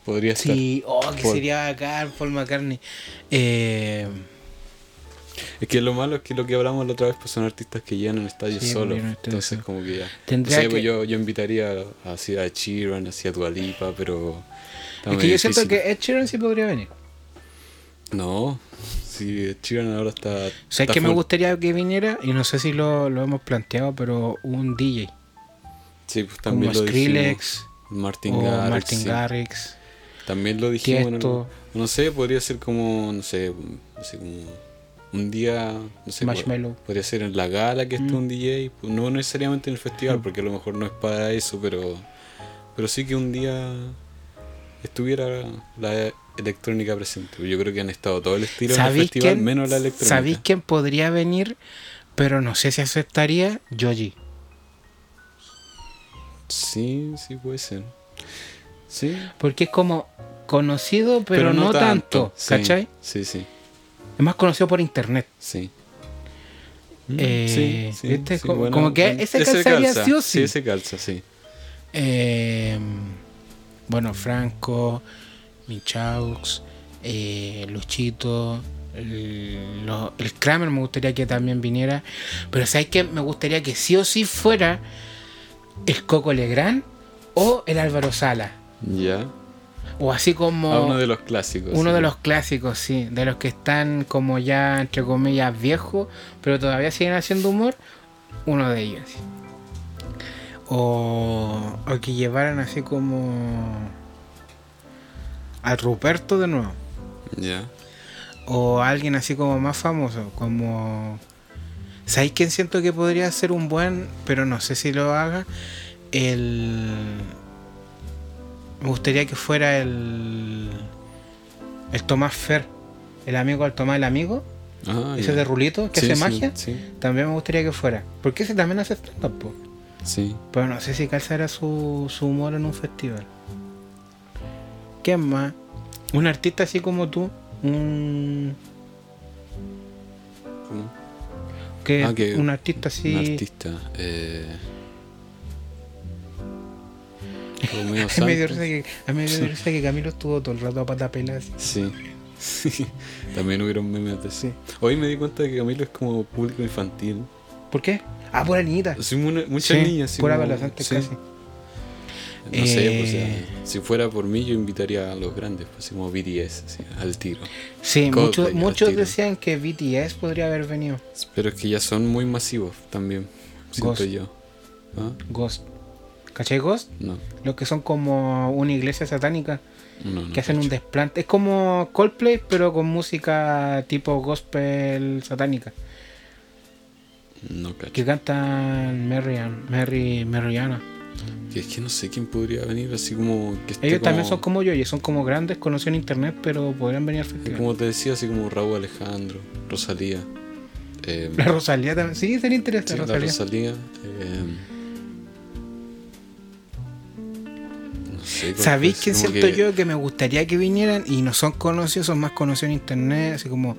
[SPEAKER 2] Podría estar.
[SPEAKER 1] Sí, oh, que
[SPEAKER 2] Paul.
[SPEAKER 1] sería bacán Paul McCartney. Eh,
[SPEAKER 2] Es que lo malo es que lo que hablamos la otra vez pues son artistas que llenan estadios
[SPEAKER 1] Sí,
[SPEAKER 2] solos.
[SPEAKER 1] llenan estadios
[SPEAKER 2] Entonces
[SPEAKER 1] solos.
[SPEAKER 2] como que ya.
[SPEAKER 1] Tendría
[SPEAKER 2] O sea, pues,
[SPEAKER 1] que-
[SPEAKER 2] yo, yo invitaría a, así a Chiran, así a Dualipa, pero. está
[SPEAKER 1] es
[SPEAKER 2] muy
[SPEAKER 1] que yo siento
[SPEAKER 2] difícil.
[SPEAKER 1] que Ed Sheeran sí podría venir.
[SPEAKER 2] No. Si Chiran ahora está.
[SPEAKER 1] O sea, es
[SPEAKER 2] está
[SPEAKER 1] que me
[SPEAKER 2] full.
[SPEAKER 1] gustaría que viniera, y no sé si lo, lo hemos planteado, pero un DJ.
[SPEAKER 2] Sí, pues también
[SPEAKER 1] Como
[SPEAKER 2] lo dijimos.
[SPEAKER 1] Skrillex
[SPEAKER 2] Martin
[SPEAKER 1] o
[SPEAKER 2] Garrix.
[SPEAKER 1] Martin
[SPEAKER 2] sí.
[SPEAKER 1] Garrix.
[SPEAKER 2] También lo dijimos. en
[SPEAKER 1] Tiesto.
[SPEAKER 2] algún- No sé, podría ser como. No sé, no sé, como. Un día, no sé,
[SPEAKER 1] Marshmello.
[SPEAKER 2] pod- podría ser en la gala que
[SPEAKER 1] Mm.
[SPEAKER 2] esté un DJ, pues, no necesariamente en el festival, porque a lo mejor no es para eso, pero pero sí que un día estuviera la electrónica presente. Yo creo que han estado todo el estilo en el
[SPEAKER 1] ¿Sabéis
[SPEAKER 2] festival,
[SPEAKER 1] quién,
[SPEAKER 2] menos la electrónica.
[SPEAKER 1] ¿Sabéis quién podría venir? Pero no sé si aceptaría Yoji.
[SPEAKER 2] Sí, sí puede ser. Sí,
[SPEAKER 1] Porque es como conocido, pero, no, tanto.
[SPEAKER 2] sí,
[SPEAKER 1] ¿Cachai?
[SPEAKER 2] Sí, sí,
[SPEAKER 1] Es más conocido por internet.
[SPEAKER 2] sí. Mm,
[SPEAKER 1] Eh,
[SPEAKER 2] sí, sí,
[SPEAKER 1] ¿viste?
[SPEAKER 2] sí,
[SPEAKER 1] como,
[SPEAKER 2] bueno,
[SPEAKER 1] como que
[SPEAKER 2] bueno,
[SPEAKER 1] ese calzaría sí o sí.
[SPEAKER 2] Sí, ese calza, sí.
[SPEAKER 1] Eh, bueno, Franco, Michaux, eh, Luchito, el, lo- el Kramer me gustaría que también viniera. Pero ¿sabes qué? Me gustaría que sí o sí fuera el Coco Legrand o el Álvaro Sala.
[SPEAKER 2] Ya.
[SPEAKER 1] O así como
[SPEAKER 2] Ah, uno de los clásicos.
[SPEAKER 1] uno
[SPEAKER 2] sí.
[SPEAKER 1] de los clásicos, sí. De los que están como ya, entre comillas, viejos, pero todavía siguen haciendo humor. Uno de ellos. sí. O, o que llevaran así como a Ruperto de nuevo.
[SPEAKER 2] Ya.
[SPEAKER 1] O a alguien así como más famoso. Como... ¿Sabéis quién siento que podría ser un buen, pero no sé si lo haga? El... Me gustaría que fuera el... El Tomás Fer. El amigo al Tomás el amigo.
[SPEAKER 2] Ah,
[SPEAKER 1] ese
[SPEAKER 2] ya.
[SPEAKER 1] de Rulito que
[SPEAKER 2] Sí,
[SPEAKER 1] hace
[SPEAKER 2] sí,
[SPEAKER 1] magia.
[SPEAKER 2] Sí,
[SPEAKER 1] También me gustaría que fuera. Porque ese también hace stand-up. po.
[SPEAKER 2] sí.
[SPEAKER 1] Pero no sé si calzará su, su humor en un festival. ¿Qué más? Un artista así como tú. Un...
[SPEAKER 2] ¿Cómo?
[SPEAKER 1] que
[SPEAKER 2] Ah, que
[SPEAKER 1] un artista así.
[SPEAKER 2] Un artista.
[SPEAKER 1] *laughs*
[SPEAKER 2] Eh... Romeo
[SPEAKER 1] A mí me dio risa
[SPEAKER 2] Santos.
[SPEAKER 1] que, a mí me dio risa que Camilo estuvo todo el rato a pata pelada. así.
[SPEAKER 2] Sí. *laughs* También hubieron memes de sí. Hoy me di cuenta de que Camilo es como público infantil.
[SPEAKER 1] ¿Por qué? Ah, pura niñita.
[SPEAKER 2] Sí, mu- muchas
[SPEAKER 1] Sí,
[SPEAKER 2] niñas. Sí,
[SPEAKER 1] Pura
[SPEAKER 2] como-
[SPEAKER 1] adolescente
[SPEAKER 2] sí.
[SPEAKER 1] casi.
[SPEAKER 2] No sé, pues, o
[SPEAKER 1] Eh.
[SPEAKER 2] sea, si fuera por mí yo invitaría a los grandes, pues así como BTS, así, al tiro.
[SPEAKER 1] Sí,
[SPEAKER 2] Coldplay,
[SPEAKER 1] muchos,
[SPEAKER 2] al
[SPEAKER 1] muchos
[SPEAKER 2] tiro.
[SPEAKER 1] decían que BTS podría haber venido.
[SPEAKER 2] Pero es que ya son muy masivos también, siento
[SPEAKER 1] Ghost.
[SPEAKER 2] yo. ¿Ah?
[SPEAKER 1] Ghost. ¿Cachai Ghost?
[SPEAKER 2] No,
[SPEAKER 1] Los que son como una iglesia satánica
[SPEAKER 2] no, no.
[SPEAKER 1] que hacen un
[SPEAKER 2] Mm, cacho.
[SPEAKER 1] desplante. Es como Coldplay, pero con música tipo gospel satánica.
[SPEAKER 2] No, cacho.
[SPEAKER 1] Que cantan Marian, Mary, Mariana.
[SPEAKER 2] Que es que no sé quién podría venir así como que esté
[SPEAKER 1] Ellos
[SPEAKER 2] como-
[SPEAKER 1] también son como yo, y son como grandes, conocidos en internet, pero podrían venir al festival.
[SPEAKER 2] como te decía, así como Raúl Alejandro, Rosalía. eh,
[SPEAKER 1] *laughs* La Rosalía también. Sí, sería interesante.
[SPEAKER 2] sí, la em,
[SPEAKER 1] Rosalía.
[SPEAKER 2] Rosalía. eh, no sé. con-
[SPEAKER 1] ¿Sabéis
[SPEAKER 2] pues,
[SPEAKER 1] quién
[SPEAKER 2] como
[SPEAKER 1] siento yo que me gustaría que vinieran? Y no son conocidos, son más conocidos en internet, así como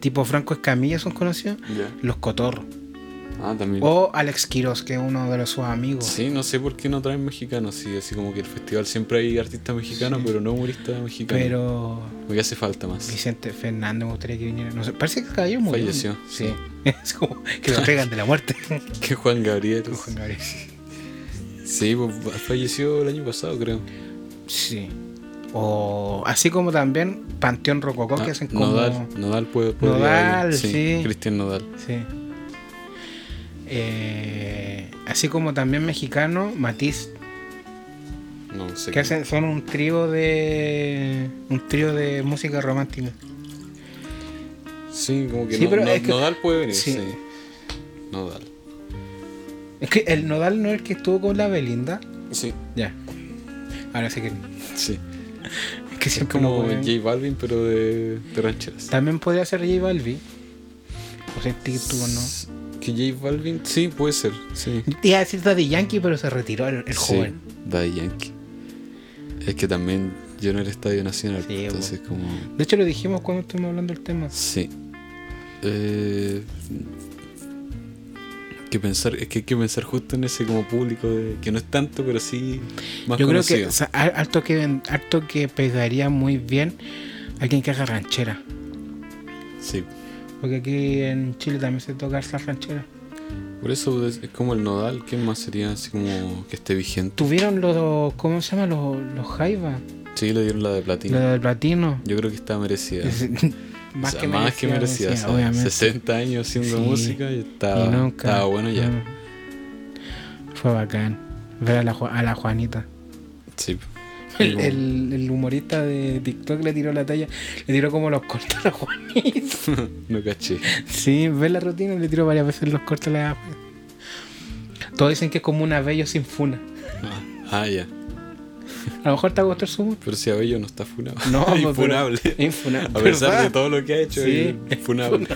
[SPEAKER 1] tipo Franco Escamilla son conocidos.
[SPEAKER 2] Ya.
[SPEAKER 1] Los Cotorros.
[SPEAKER 2] Ah, también.
[SPEAKER 1] O Alex Quiroz, que es uno de los- sus amigos.
[SPEAKER 2] Sí, no sé por qué no traen mexicanos. Sí, así como que el festival siempre hay artistas mexicanos, pero no humoristas mexicanos.
[SPEAKER 1] Pero
[SPEAKER 2] Como que hace falta más.
[SPEAKER 1] Vicente Fernández me gustaría que viniera. No sé, parece que el caballero murió.
[SPEAKER 2] Falleció,
[SPEAKER 1] Sí. *laughs* Es como que lo pegan de la muerte. *laughs*
[SPEAKER 2] Que Juan Gabriel.
[SPEAKER 1] Juan Gabriel.
[SPEAKER 2] Sí, pues, falleció el año pasado, creo.
[SPEAKER 1] Sí. O así como también Panteón Rococó Oh, que
[SPEAKER 2] Ah,
[SPEAKER 1] hacen como.
[SPEAKER 2] Nodal, Nodal puede, podría
[SPEAKER 1] Nodal,
[SPEAKER 2] ir.
[SPEAKER 1] sí.
[SPEAKER 2] Cristian Nodal.
[SPEAKER 1] Sí. Eh, así como también mexicano, Matiz,
[SPEAKER 2] No sé.
[SPEAKER 1] que hacen, son un trío de. un trío de música romántica.
[SPEAKER 2] Sí, como que,
[SPEAKER 1] Sí,
[SPEAKER 2] no-
[SPEAKER 1] pero
[SPEAKER 2] no-
[SPEAKER 1] es que-
[SPEAKER 2] Nodal puede venir.
[SPEAKER 1] sí.
[SPEAKER 2] Sí. Nodal.
[SPEAKER 1] Es que el Nodal no es el que estuvo con la Belinda.
[SPEAKER 2] Sí.
[SPEAKER 1] Ya. Ahora sí que.
[SPEAKER 2] Sí.
[SPEAKER 1] Es que
[SPEAKER 2] Es
[SPEAKER 1] siempre no
[SPEAKER 2] como
[SPEAKER 1] pueden-
[SPEAKER 2] J Balvin, pero de, de rancheras.
[SPEAKER 1] También podría ser J Balvin. O sea, que estuvo, no.
[SPEAKER 2] Que J Balvin, sí, puede ser. Sí.
[SPEAKER 1] Te iba a decir Daddy Yankee, pero se retiró el, el
[SPEAKER 2] Sí,
[SPEAKER 1] joven.
[SPEAKER 2] Daddy Yankee. Es que también yo en el Estadio Nacional,
[SPEAKER 1] Sí,
[SPEAKER 2] entonces como...
[SPEAKER 1] De hecho, lo dijimos cuando estuvimos hablando del tema.
[SPEAKER 2] Sí. Eh, que pensar, es que hay que pensar justo en ese como público de- que no es tanto, pero sí más
[SPEAKER 1] Yo creo que
[SPEAKER 2] conocido.
[SPEAKER 1] o sea, al- harto que ven- harto que pegaría muy bien alguien que haga ranchera.
[SPEAKER 2] Sí.
[SPEAKER 1] Porque aquí en Chile también se toca esa ranchera.
[SPEAKER 2] Por eso es, es como el nodal, ¿qué más sería así como que esté vigente?
[SPEAKER 1] Tuvieron los ¿cómo se llama? Los, los Jaiba,
[SPEAKER 2] Sí, le dieron la de platino.
[SPEAKER 1] los del platino.
[SPEAKER 2] Yo creo que
[SPEAKER 1] *laughs*
[SPEAKER 2] está merecida.
[SPEAKER 1] Es-
[SPEAKER 2] O sea, más que merecida. o sea,
[SPEAKER 1] obviamente.
[SPEAKER 2] 60 años haciendo
[SPEAKER 1] Sí.
[SPEAKER 2] música y estaba,
[SPEAKER 1] Y nunca-
[SPEAKER 2] estaba bueno ya.
[SPEAKER 1] no. Fue bacán. Ver a la, Ju- a la Juanita.
[SPEAKER 2] Sí.
[SPEAKER 1] El, el- el humorista de TikTok le tiró la talla, le tiró como los cortes a la Juanita.
[SPEAKER 2] No caché.
[SPEAKER 1] Sí, ve la rutina, le tiró varias veces los cortes a la Todos dicen que es como una bello sin funa.
[SPEAKER 2] Ah, ah, ya.
[SPEAKER 1] A lo mejor te gustó el sumo.
[SPEAKER 2] Pero si Abello no está funado. *laughs*
[SPEAKER 1] No, pues, pero-
[SPEAKER 2] Infunable.
[SPEAKER 1] Infuna-
[SPEAKER 2] A pesar de
[SPEAKER 1] ¿verdad?
[SPEAKER 2] todo lo que ha hecho,
[SPEAKER 1] Sí.
[SPEAKER 2] es funable.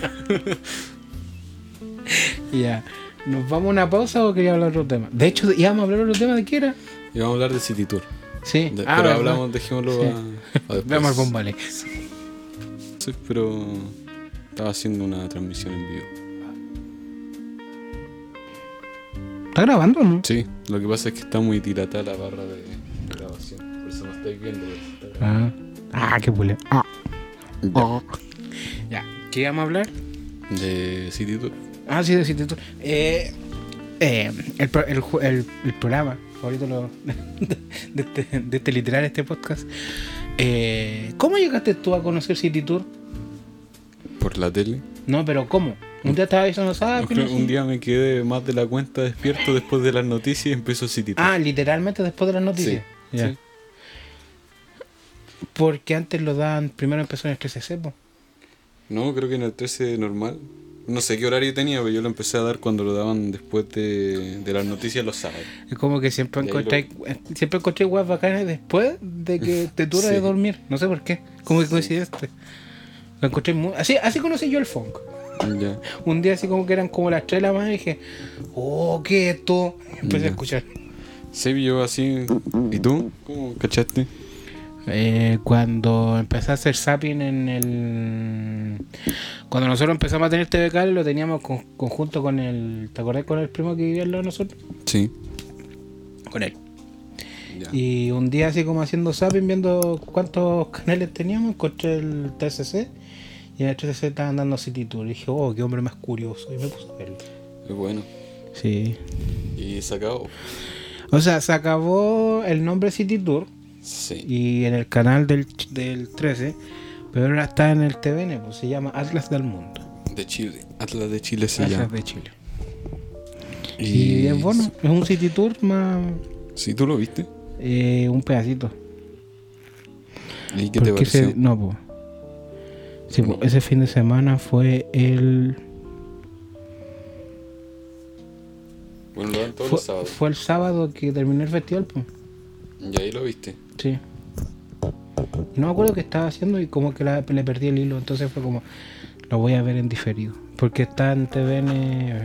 [SPEAKER 1] Ya. ¿Nos vamos a una pausa o quería hablar de otro tema? De hecho, íbamos a hablar de otro tema de qué era.
[SPEAKER 2] Y vamos a hablar de City Tour.
[SPEAKER 1] Sí.
[SPEAKER 2] De-
[SPEAKER 1] Ah,
[SPEAKER 2] pero
[SPEAKER 1] ¿verdad?
[SPEAKER 2] hablamos, dejémoslo
[SPEAKER 1] Sí.
[SPEAKER 2] a, a después.
[SPEAKER 1] Veamos el bombale.
[SPEAKER 2] Sí, pero estaba haciendo una transmisión en vivo.
[SPEAKER 1] ¿Está grabando o no?
[SPEAKER 2] Sí, lo que pasa es que está muy tirata la barra de grabación. Por eso no estáis viendo. pero está grabando.
[SPEAKER 1] Ah, ah qué pule. Ah. Ah. Ya. ¿Qué íbamos a hablar?
[SPEAKER 2] De City Tour.
[SPEAKER 1] Ah, sí, de City Tour. Eh, eh, el, pro- el ju- el- el programa favorito de lo- *laughs* de, este, de este literal, este podcast. Eh, ¿Cómo llegaste tú a conocer City Tour?
[SPEAKER 2] Por la tele.
[SPEAKER 1] No, pero ¿cómo? Un día estaba diciendo, "Ah,
[SPEAKER 2] Yo
[SPEAKER 1] ¿sabes?
[SPEAKER 2] creo que un día me quedé más de la cuenta despierto después de las noticias y empezó City Tour.
[SPEAKER 1] Ah, literalmente después de las noticias.
[SPEAKER 2] Sí,
[SPEAKER 1] Ya.
[SPEAKER 2] sí.
[SPEAKER 1] Porque antes lo daban, primero empezó en el 13 cepo.
[SPEAKER 2] No, creo que en el 13 normal. No sé qué horario tenía, pero yo lo empecé a dar cuando lo daban después de, de las noticias los sábados.
[SPEAKER 1] Es como que siempre
[SPEAKER 2] Y ahí
[SPEAKER 1] encontré, eh, siempre encontré weas bacanas después de que te dura de
[SPEAKER 2] *laughs* Sí.
[SPEAKER 1] dormir. No sé por qué. Como que coincidiste. Lo encontré muy- así, así conocí yo el funk.
[SPEAKER 2] Ya.
[SPEAKER 1] Un día así como que eran como las 3 de la mañana y dije, oh, ¿qué es esto? Empecé a
[SPEAKER 2] Ya.
[SPEAKER 1] escuchar.
[SPEAKER 2] Sí, yo así. ¿Y tú? ¿Cómo cachaste?
[SPEAKER 1] Eh, cuando empecé a hacer zapping en el... Cuando nosotros empezamos a tener TV Cable lo teníamos con- conjunto con el... ¿Te acordás con el primo que vivía al lado de nosotros?
[SPEAKER 2] Sí.
[SPEAKER 1] Con él.
[SPEAKER 2] Ya.
[SPEAKER 1] Y un día así como haciendo zapping, viendo cuántos canales teníamos, encontré el TCC. Y en el TCC estaban dando City Tour. Y dije, oh, qué hombre más curioso. Y me puse a verlo.
[SPEAKER 2] Es bueno.
[SPEAKER 1] Sí.
[SPEAKER 2] ¿Y sacado?
[SPEAKER 1] O sea, se acabó el nombre City Tour
[SPEAKER 2] Sí.
[SPEAKER 1] y en el canal del, del 13, pero ahora está en el TVN, pues se llama Atlas del Mundo.
[SPEAKER 2] De Chile. Atlas de Chile se
[SPEAKER 1] Atlas
[SPEAKER 2] llama.
[SPEAKER 1] de Chile. Y, es bueno, es un City Tour más
[SPEAKER 2] Sí, tú lo viste.
[SPEAKER 1] eh, un pedacito.
[SPEAKER 2] ¿Y qué te
[SPEAKER 1] Porque ese-
[SPEAKER 2] pareció?
[SPEAKER 1] no, po. Sí, po, ese fin de semana fue el.
[SPEAKER 2] Bueno, lo dan todos
[SPEAKER 1] Fue,
[SPEAKER 2] los sábados.
[SPEAKER 1] fue el sábado que terminó el festival, pues.
[SPEAKER 2] Y ahí lo viste.
[SPEAKER 1] Sí. Y no me acuerdo qué estaba haciendo y como que la- le perdí el hilo, entonces fue como, lo voy a ver en diferido. Porque está en TVN... eh,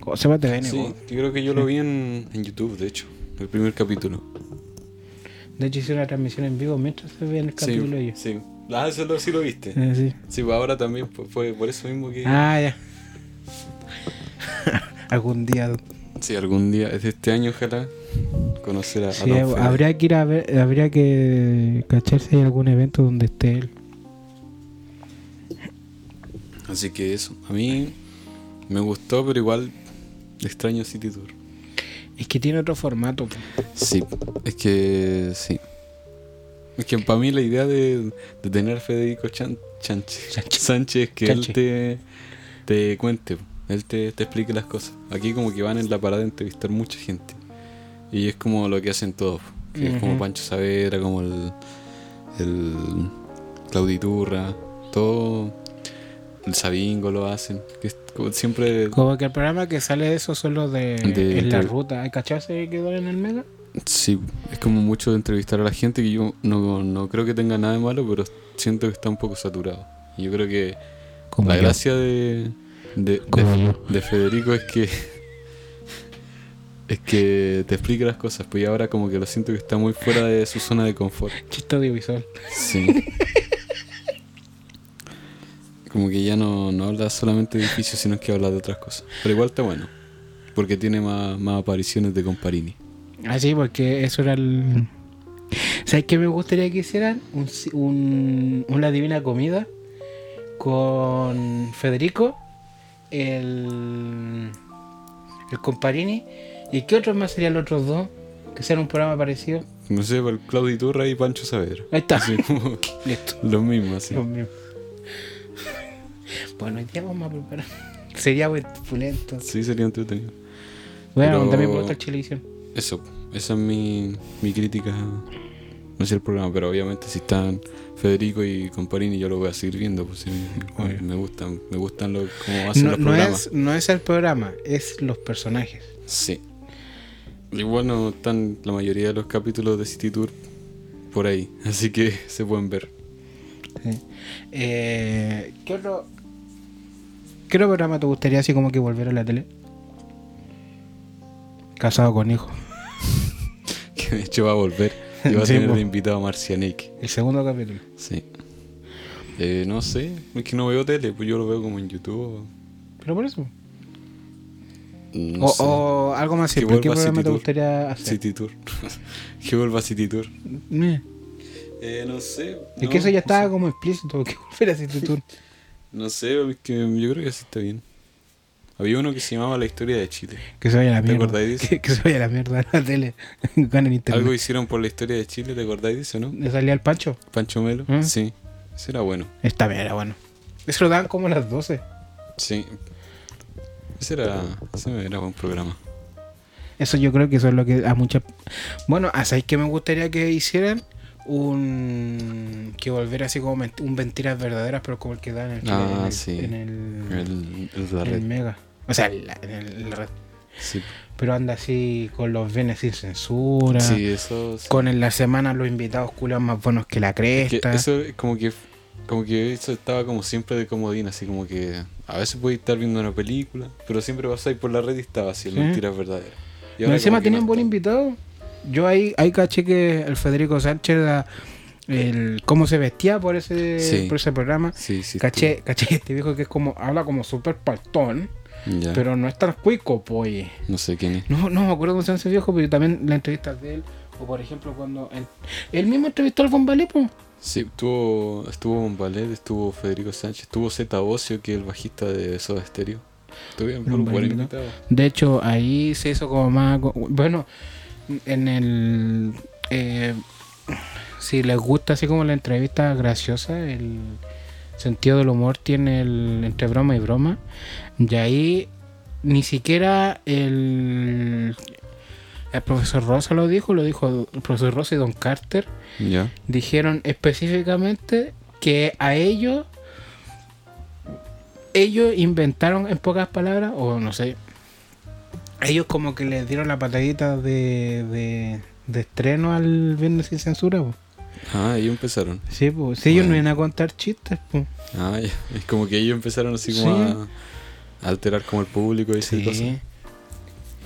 [SPEAKER 1] ¿Cómo se llama TVN?
[SPEAKER 2] Sí,
[SPEAKER 1] vos?
[SPEAKER 2] yo creo que yo lo vi en, en YouTube, de hecho. El primer capítulo.
[SPEAKER 1] De hecho, hice una transmisión en vivo mientras se veía el capítulo
[SPEAKER 2] Sí,
[SPEAKER 1] yo.
[SPEAKER 2] sí. Ah, eso lo, sí lo viste.
[SPEAKER 1] Eh, sí.
[SPEAKER 2] Sí, pues ahora también pues, fue por eso mismo que.
[SPEAKER 1] Ah, ya. *laughs* Algún día.
[SPEAKER 2] Sí, algún día, es de este año ojalá, conocer a, a
[SPEAKER 1] sí,
[SPEAKER 2] Don Fede.
[SPEAKER 1] habría que ir a ver, habría que cacharse en algún evento donde esté él.
[SPEAKER 2] Así que eso, a mí me gustó, pero igual extraño City Tour.
[SPEAKER 1] Es que tiene otro formato. po.
[SPEAKER 2] Sí, es que sí. Es que para mí la idea de, de tener a Federico Chan- Chanche-
[SPEAKER 1] Sánchez.
[SPEAKER 2] Sánchez, que
[SPEAKER 1] Chanche.
[SPEAKER 2] él te, te cuente, él te, te explique las cosas. Aquí como que van en la parada a entrevistar mucha gente. Y es como lo que hacen todos. que es como
[SPEAKER 1] Ujú.
[SPEAKER 2] Pancho Savera, como el, el Clauditurra, todo. El Sabingo lo hacen. Que es como siempre...
[SPEAKER 1] Como que el programa que sale de eso son los de,
[SPEAKER 2] De-
[SPEAKER 1] en la
[SPEAKER 2] de-
[SPEAKER 1] ruta. ¿Hay cacharse que duele en el mega?
[SPEAKER 2] Sí, es como mucho de entrevistar a la gente que yo no, no creo que tenga nada de malo, pero siento que está un poco saturado. Y Yo creo que
[SPEAKER 1] Como
[SPEAKER 2] la
[SPEAKER 1] yo.
[SPEAKER 2] gracia de, de,
[SPEAKER 1] Como
[SPEAKER 2] de-
[SPEAKER 1] yo.
[SPEAKER 2] de Federico es que *laughs* es que te explica las cosas, pues y ahora como que lo siento que está muy fuera de su zona de confort.
[SPEAKER 1] Chiste audiovisual.
[SPEAKER 2] Sí. *laughs* Como que ya no, no habla solamente de edificios, sino que habla de otras cosas. Pero igual está bueno, porque tiene más, más apariciones de Comparini.
[SPEAKER 1] Ah, sí, porque eso era el. ¿Sabes qué me gustaría que hicieran? Un, ci- un- una divina comida con Federico, el. el Comparini. ¿Y qué otros más serían los otros dos? Que sean un programa parecido.
[SPEAKER 2] No sé, por Claudio Iturra y Pancho Saavedra.
[SPEAKER 1] Ahí está.
[SPEAKER 2] Así *laughs* como
[SPEAKER 1] Listo.
[SPEAKER 2] los mismos, así.
[SPEAKER 1] Dios mío. Bueno, hoy día vamos a preparar. *laughs* Sería buen pulento.
[SPEAKER 2] Sí, sería entretenido.
[SPEAKER 1] Bueno,
[SPEAKER 2] Pero-
[SPEAKER 1] también me gusta el Chilevisión.
[SPEAKER 2] Eso, esa es mi, mi crítica. No sé el programa, pero obviamente si están Federico y Comparini, yo lo voy a seguir viendo. Pues, sí, me, me gustan, me gustan lo, cómo hacen
[SPEAKER 1] Ah, No,
[SPEAKER 2] los
[SPEAKER 1] no
[SPEAKER 2] programas.
[SPEAKER 1] es, no es el programa, es los personajes.
[SPEAKER 2] Sí. Igual no están la mayoría de los capítulos de City Tour por ahí, *laughs* así que se pueden ver. *laughs*
[SPEAKER 1] Sí. Eh, ¿qué, otro, ¿Qué otro programa te gustaría así como que volver a la tele? Casado con hijo.
[SPEAKER 2] Que de hecho va a volver y va a
[SPEAKER 1] Sí,
[SPEAKER 2] tener
[SPEAKER 1] po.
[SPEAKER 2] de invitado a Marcianek.
[SPEAKER 1] El segundo capítulo.
[SPEAKER 2] Sí. Eh, no sé, es que no veo tele, pues yo lo veo como en YouTube.
[SPEAKER 1] Pero por eso.
[SPEAKER 2] No
[SPEAKER 1] o,
[SPEAKER 2] sé.
[SPEAKER 1] o algo más
[SPEAKER 2] Que
[SPEAKER 1] simple. ¿Qué
[SPEAKER 2] vuelva
[SPEAKER 1] programa
[SPEAKER 2] City
[SPEAKER 1] te
[SPEAKER 2] Tour.
[SPEAKER 1] gustaría hacer?
[SPEAKER 2] City Tour. *laughs* que vuelva City Tour.
[SPEAKER 1] Mira,
[SPEAKER 2] Eh, no sé.
[SPEAKER 1] Es
[SPEAKER 2] no,
[SPEAKER 1] que eso ya
[SPEAKER 2] no
[SPEAKER 1] estaba
[SPEAKER 2] sé.
[SPEAKER 1] como explícito. Que volver a
[SPEAKER 2] *laughs*
[SPEAKER 1] City Tour.
[SPEAKER 2] No sé, es que yo creo que así está bien. Había uno que se llamaba La historia de Chile.
[SPEAKER 1] Que se vaya a la
[SPEAKER 2] ¿Te
[SPEAKER 1] mierda.
[SPEAKER 2] acordáis de eso?
[SPEAKER 1] Que, que se vaya a la mierda la tele. *laughs* Ganen
[SPEAKER 2] Algo
[SPEAKER 1] internet.
[SPEAKER 2] hicieron por la historia de Chile, ¿te acordáis de eso, no?
[SPEAKER 1] ¿Le salía el Pancho?
[SPEAKER 2] Pancho Melo.
[SPEAKER 1] ¿Mm?
[SPEAKER 2] Sí. Eso era bueno.
[SPEAKER 1] Esta bien era bueno. Eso lo daban como a las 12.
[SPEAKER 2] Sí. Ese era, ese era buen programa.
[SPEAKER 1] Eso yo creo que eso es lo que a muchas. Bueno, ¿sabéis que me gustaría que hicieran? Un. Que volver así como ment- un mentiras verdaderas, pero como el que dan en el.
[SPEAKER 2] Ah,
[SPEAKER 1] en el,
[SPEAKER 2] sí.
[SPEAKER 1] En el,
[SPEAKER 2] El, el la
[SPEAKER 1] en el
[SPEAKER 2] red.
[SPEAKER 1] Mega. O sea, en la- en el- la red.
[SPEAKER 2] Sí.
[SPEAKER 1] Pero anda así con los venes sin censura.
[SPEAKER 2] sí, eso. sí.
[SPEAKER 1] Con en la semana los invitados culas más buenos que la
[SPEAKER 2] Que
[SPEAKER 1] cresta.
[SPEAKER 2] eso es como que como que eso estaba como siempre de comodín, así como que a veces podéis estar viendo una película, pero siempre pasáis por la red y estaba así, el
[SPEAKER 1] Sí.
[SPEAKER 2] mentiras verdaderas. Y
[SPEAKER 1] Más
[SPEAKER 2] ahora
[SPEAKER 1] encima
[SPEAKER 2] como que no
[SPEAKER 1] tienen buen
[SPEAKER 2] está.
[SPEAKER 1] invitado. Yo ahí, ahí caché que el Federico Sánchez era el cómo se vestía por ese,
[SPEAKER 2] Sí.
[SPEAKER 1] por ese programa.
[SPEAKER 2] Sí, sí.
[SPEAKER 1] caché, caché este viejo que es como, habla como súper paltón,
[SPEAKER 2] estuvo. Ya,
[SPEAKER 1] pero no es tan cuico, pues.
[SPEAKER 2] No sé quién es.
[SPEAKER 1] No, no me acuerdo cómo se llama ese viejo, pero también las entrevistas de él, o por ejemplo cuando él, él mismo entrevistó al Bombalepo.
[SPEAKER 2] Sí, estuvo, estuvo Bombalet, estuvo Federico Sánchez, estuvo Zeta Ocio, que es el bajista de Soda Stereo. Estuvieron por un
[SPEAKER 1] Bombalet,
[SPEAKER 2] buen
[SPEAKER 1] ¿no?
[SPEAKER 2] invitado.
[SPEAKER 1] De hecho, ahí se hizo como más... Bueno, en el... eh, si les gusta así como la entrevista graciosa, el sentido del humor tiene el entre broma y broma. Y ahí ni siquiera el, el profesor Rosa lo dijo, lo dijo el profesor Rosa y Don Carter.
[SPEAKER 2] Ya.
[SPEAKER 1] Dijeron específicamente que a ellos... Ellos inventaron en pocas palabras, o no sé, ellos como que les dieron la patadita de, de, de estreno al Viernes sin Censura, po.
[SPEAKER 2] Ah, ellos empezaron.
[SPEAKER 1] Sí, pues. Si ellos no
[SPEAKER 2] Bueno.
[SPEAKER 1] vienen a contar chistes, pues.
[SPEAKER 2] Ah, ya. Es como que ellos empezaron así como
[SPEAKER 1] Sí.
[SPEAKER 2] a, a alterar como el público y esas cosas.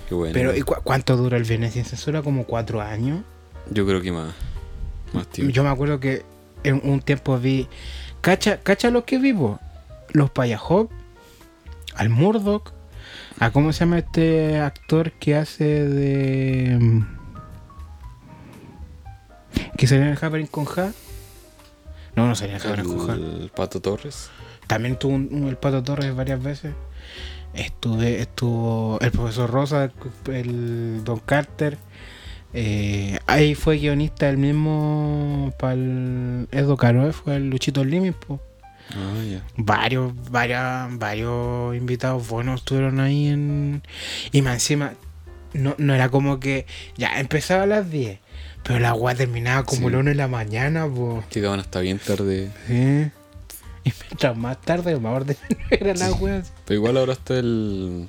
[SPEAKER 2] Qué bueno.
[SPEAKER 1] Pero ¿y cu- cuánto duró el Viernes sin Censura? ¿Como cuatro años?
[SPEAKER 2] Yo creo que más. Más tiempo.
[SPEAKER 1] Yo me acuerdo que en un tiempo vi. Cacha, cacha los que vivo. Los Payahop, al Murdoch, a cómo se llama este actor que hace de. que salió en el Haverin con Ja. No, no salió en el Haverin con Ja.
[SPEAKER 2] El Pato Torres.
[SPEAKER 1] También tuvo un- un- el Pato Torres varias veces. Estuve, estuvo el profesor Rosa, el Don Carter. Eh, ahí fue guionista el mismo para el Edo Caroe, fue el Luchito Limis. po.
[SPEAKER 2] Ah, ya.
[SPEAKER 1] Varios, varias, varios invitados buenos estuvieron ahí en. Y más encima, no, no era como que. Ya, empezaba a las 10, pero la agua terminaba como
[SPEAKER 2] Sí.
[SPEAKER 1] la 1 de la mañana, po.
[SPEAKER 2] Llegaban hasta bien tarde.
[SPEAKER 1] Sí. Y mientras más tarde, más orden *laughs* era la wea.
[SPEAKER 2] Pero igual ahora está el.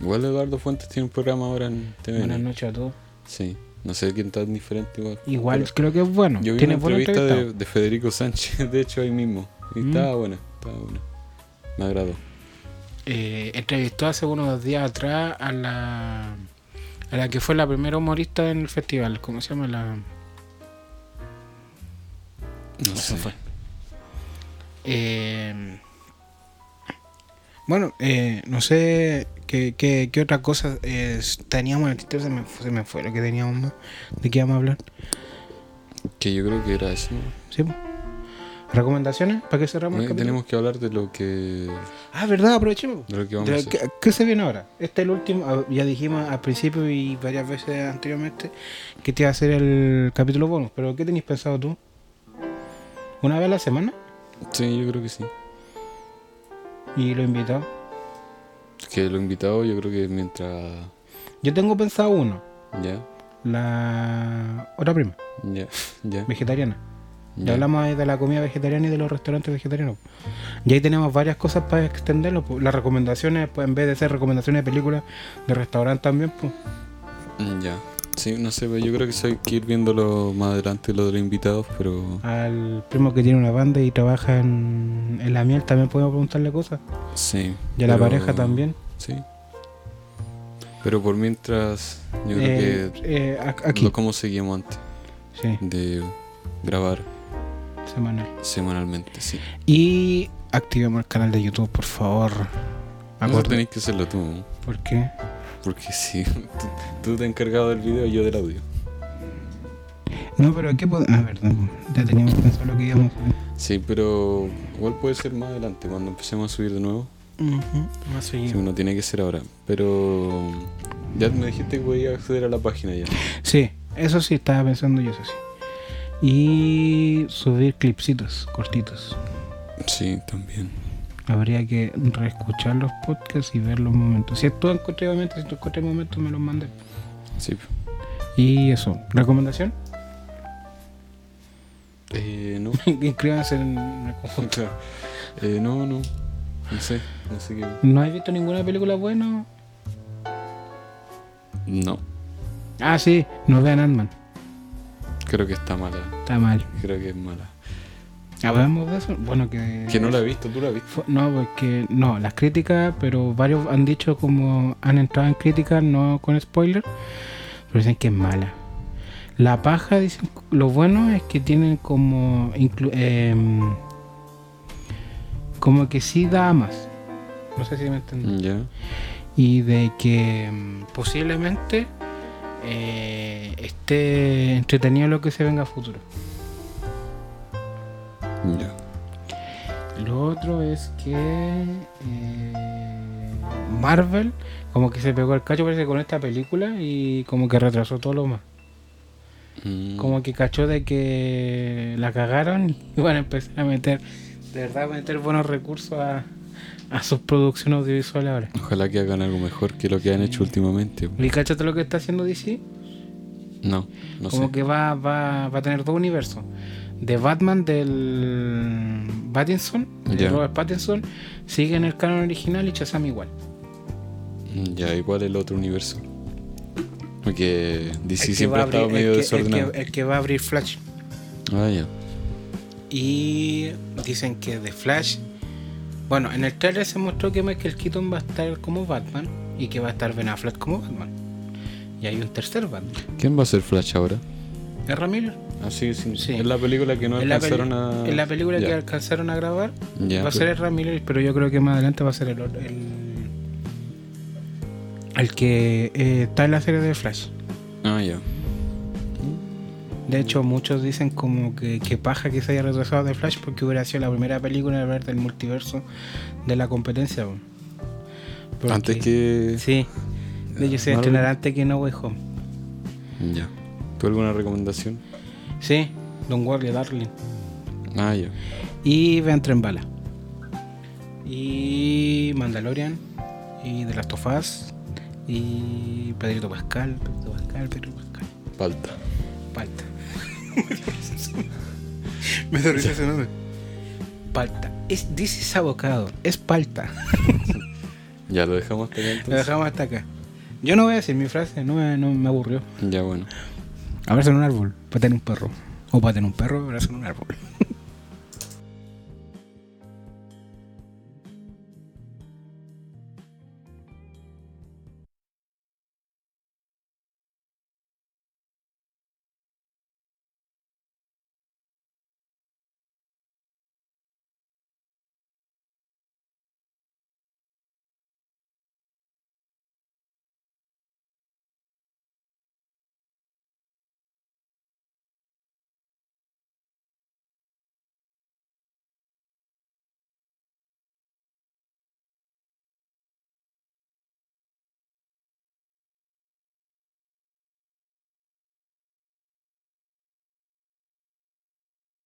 [SPEAKER 2] Igual Eduardo Fuentes tiene un programa ahora en TVN.
[SPEAKER 1] Buenas noches a todos.
[SPEAKER 2] Sí. No sé quién tan diferente igual.
[SPEAKER 1] Igual
[SPEAKER 2] Pero
[SPEAKER 1] creo que es bueno.
[SPEAKER 2] yo vi una
[SPEAKER 1] Tiene buena
[SPEAKER 2] entrevista
[SPEAKER 1] entrevista.
[SPEAKER 2] de, de Federico Sánchez, *laughs* de hecho, ahí mismo. Y
[SPEAKER 1] Mm.
[SPEAKER 2] estaba buena, estaba buena. Me agradó.
[SPEAKER 1] Eh, entrevistó hace unos días atrás a la a la que fue la primera humorista en el festival. ¿Cómo se llama la?
[SPEAKER 2] No sé. Fue.
[SPEAKER 1] Eh, bueno, eh, no sé qué, qué, qué otra cosa eh, teníamos en el título. Se me, fu- se me fue lo que teníamos más. ¿De qué íbamos a hablar?
[SPEAKER 2] Que yo creo que era eso. ¿no?
[SPEAKER 1] ¿Sí? po? ¿Recomendaciones? ¿Para qué cerramos? el
[SPEAKER 2] Eh,
[SPEAKER 1] capítulo?
[SPEAKER 2] tenemos que hablar de lo que, de
[SPEAKER 1] Ah, ¿verdad? Aprovechemos.
[SPEAKER 2] lo que vamos
[SPEAKER 1] De-
[SPEAKER 2] a hacer.
[SPEAKER 1] ¿qué, qué se viene ahora? Este es el último, ah, ya dijimos al principio y varias veces anteriormente que te iba a hacer el capítulo bonus, pero ¿qué tenéis pensado tú? ¿Una vez a la semana?
[SPEAKER 2] Sí, yo creo que sí.
[SPEAKER 1] ¿Y lo invitado?
[SPEAKER 2] Que lo invitado, yo creo que mientras.
[SPEAKER 1] Yo tengo pensado uno,
[SPEAKER 2] Ya,
[SPEAKER 1] la otra prima,
[SPEAKER 2] ya, ya.
[SPEAKER 1] vegetariana. Ya,
[SPEAKER 2] ya.
[SPEAKER 1] hablamos ahí de la comida vegetariana y de los restaurantes vegetarianos. Y ahí tenemos varias cosas para extenderlo. pues. Las recomendaciones, pues en vez de ser recomendaciones de películas, de restaurantes también, pues.
[SPEAKER 2] Mm, Ya. Sí, no sé, pero yo creo que sí hay que ir viéndolo más adelante, lo de los invitados, pero
[SPEAKER 1] Al primo que tiene una banda y trabaja en, en la miel también podemos preguntarle cosas.
[SPEAKER 2] sí.
[SPEAKER 1] Y a la
[SPEAKER 2] pero-
[SPEAKER 1] pareja también.
[SPEAKER 2] Sí. Pero por mientras, yo
[SPEAKER 1] Eh,
[SPEAKER 2] creo que
[SPEAKER 1] eh, ac- aquí.
[SPEAKER 2] lo como seguimos antes
[SPEAKER 1] Sí,
[SPEAKER 2] de grabar
[SPEAKER 1] semanal.
[SPEAKER 2] semanalmente, sí.
[SPEAKER 1] Y activemos el canal de YouTube, por favor.
[SPEAKER 2] No
[SPEAKER 1] Acuérdense.
[SPEAKER 2] tenéis que hacerlo tú, ¿no?
[SPEAKER 1] ¿Por qué?
[SPEAKER 2] porque *laughs* sí, tú, tú te has encargado del video y yo del audio.
[SPEAKER 1] No, pero ¿qué podemos...? Ah, verdad. Ya teníamos pensado lo que íbamos a hacer.
[SPEAKER 2] Sí, pero igual puede ser más adelante, cuando empecemos a subir de nuevo.
[SPEAKER 1] Más
[SPEAKER 2] Sí, pues, no tiene que ser ahora. Pero ya me dijiste que podía acceder a la página ya.
[SPEAKER 1] Sí, eso sí, estaba pensando yo eso sí. Y subir clipsitos cortitos.
[SPEAKER 2] Sí, también.
[SPEAKER 1] Habría que reescuchar los podcasts y ver los momentos. Si tú encontré momentos, si tú encontré momentos, me los mandas.
[SPEAKER 2] Sí. pues.
[SPEAKER 1] Y eso, ¿recomendación? *laughs*
[SPEAKER 2] Eh, no. *laughs*
[SPEAKER 1] Inscríbanse en el conjunto.
[SPEAKER 2] Claro. Eh, no, no. No sé. No sé qué.
[SPEAKER 1] ¿No has visto ninguna película buena?
[SPEAKER 2] No.
[SPEAKER 1] Ah, sí, no vean Ant-Man.
[SPEAKER 2] Creo que está mala.
[SPEAKER 1] Está mal.
[SPEAKER 2] Creo que es mala.
[SPEAKER 1] ¿Hablamos de eso? Bueno, que.
[SPEAKER 2] Que no la he visto, tú la viste.
[SPEAKER 1] Fu- No, porque. No, las críticas, pero varios han dicho como. Han entrado en críticas, no con spoiler. Pero dicen que es mala. La paja, dicen. Lo bueno es que tienen como. inclu- em, como que sí da más. No sé si me entendí.
[SPEAKER 2] Ya.
[SPEAKER 1] y de que mm, posiblemente eh, esté entretenido lo que se venga a futuro.
[SPEAKER 2] Ya.
[SPEAKER 1] Lo otro es que eh, Marvel como que se pegó el cacho parece con esta película y como que retrasó todo lo más.
[SPEAKER 2] Mm,
[SPEAKER 1] Como que cachó de que la cagaron *laughs* y van a empezar a meter, de verdad, a meter buenos recursos a, a sus producciones audiovisuales ahora.
[SPEAKER 2] Mm, Ojalá que hagan algo mejor que lo que han hecho últimamente.
[SPEAKER 1] ¿Y cachate lo que está haciendo DC?
[SPEAKER 2] No, no
[SPEAKER 1] como
[SPEAKER 2] sé.
[SPEAKER 1] que va, va, va a tener dos universos. De Batman del Pattinson, de
[SPEAKER 2] Ya.
[SPEAKER 1] Robert Pattinson, sigue en el canon original y Shazam igual.
[SPEAKER 2] Mm, Ya, igual el otro universo. Porque
[SPEAKER 1] El
[SPEAKER 2] DC
[SPEAKER 1] que
[SPEAKER 2] siempre
[SPEAKER 1] va a
[SPEAKER 2] ha
[SPEAKER 1] abrir-
[SPEAKER 2] estado medio
[SPEAKER 1] el que- el que-
[SPEAKER 2] desordenado.
[SPEAKER 1] el que va a abrir Flash.
[SPEAKER 2] Ah, ya.
[SPEAKER 1] Y dicen que de Flash. Bueno, en el trailer se mostró que Michael Keaton va a estar como Batman y que va a estar Ben Affleck como Batman. Y hay un tercer Batman,
[SPEAKER 2] ¿Quién va a ser Flash ahora?
[SPEAKER 1] es Ramírez.
[SPEAKER 2] Así, sí.
[SPEAKER 1] Sí.
[SPEAKER 2] Es la película que no
[SPEAKER 1] en, la peli-
[SPEAKER 2] alcanzaron a.
[SPEAKER 1] en la película
[SPEAKER 2] Ya.
[SPEAKER 1] que alcanzaron a grabar
[SPEAKER 2] Ya,
[SPEAKER 1] va a ser
[SPEAKER 2] pero-
[SPEAKER 1] el Ramírez, pero yo creo que más adelante va a ser el otro, el, el que eh, está en la serie de Flash.
[SPEAKER 2] Ah, ya.
[SPEAKER 1] De hecho, muchos dicen como que, que paja que se haya retrasado de Flash porque hubiera sido la primera película de ver del multiverso de la competencia. weón. Porque-
[SPEAKER 2] Antes que.
[SPEAKER 1] Sí. De hecho, se
[SPEAKER 2] Marvel.
[SPEAKER 1] estrenará antes que No Way Home.
[SPEAKER 2] Ya. ¿Tú alguna recomendación?
[SPEAKER 1] Sí, Don Worry Darling.
[SPEAKER 2] Ah, ya.
[SPEAKER 1] Y Vean Tren Bala. Y Mandalorian. Y The Last of Us. Y Pedrito Pascal. Pedrito Pascal, Pedrito Pascal.
[SPEAKER 2] Falta.
[SPEAKER 1] Palta. *laughs* Me dio risa ese nombre. Palta. Es, dices abocado. Es palta.
[SPEAKER 2] Ya lo dejamos hasta acá
[SPEAKER 1] Lo
[SPEAKER 2] entonces.
[SPEAKER 1] dejamos hasta acá. Yo no voy a decir mi frase, no me, no me aburrió.
[SPEAKER 2] Ya bueno.
[SPEAKER 1] Abrazo en un árbol, patear un perro. O patear un perro, abrazo en un árbol.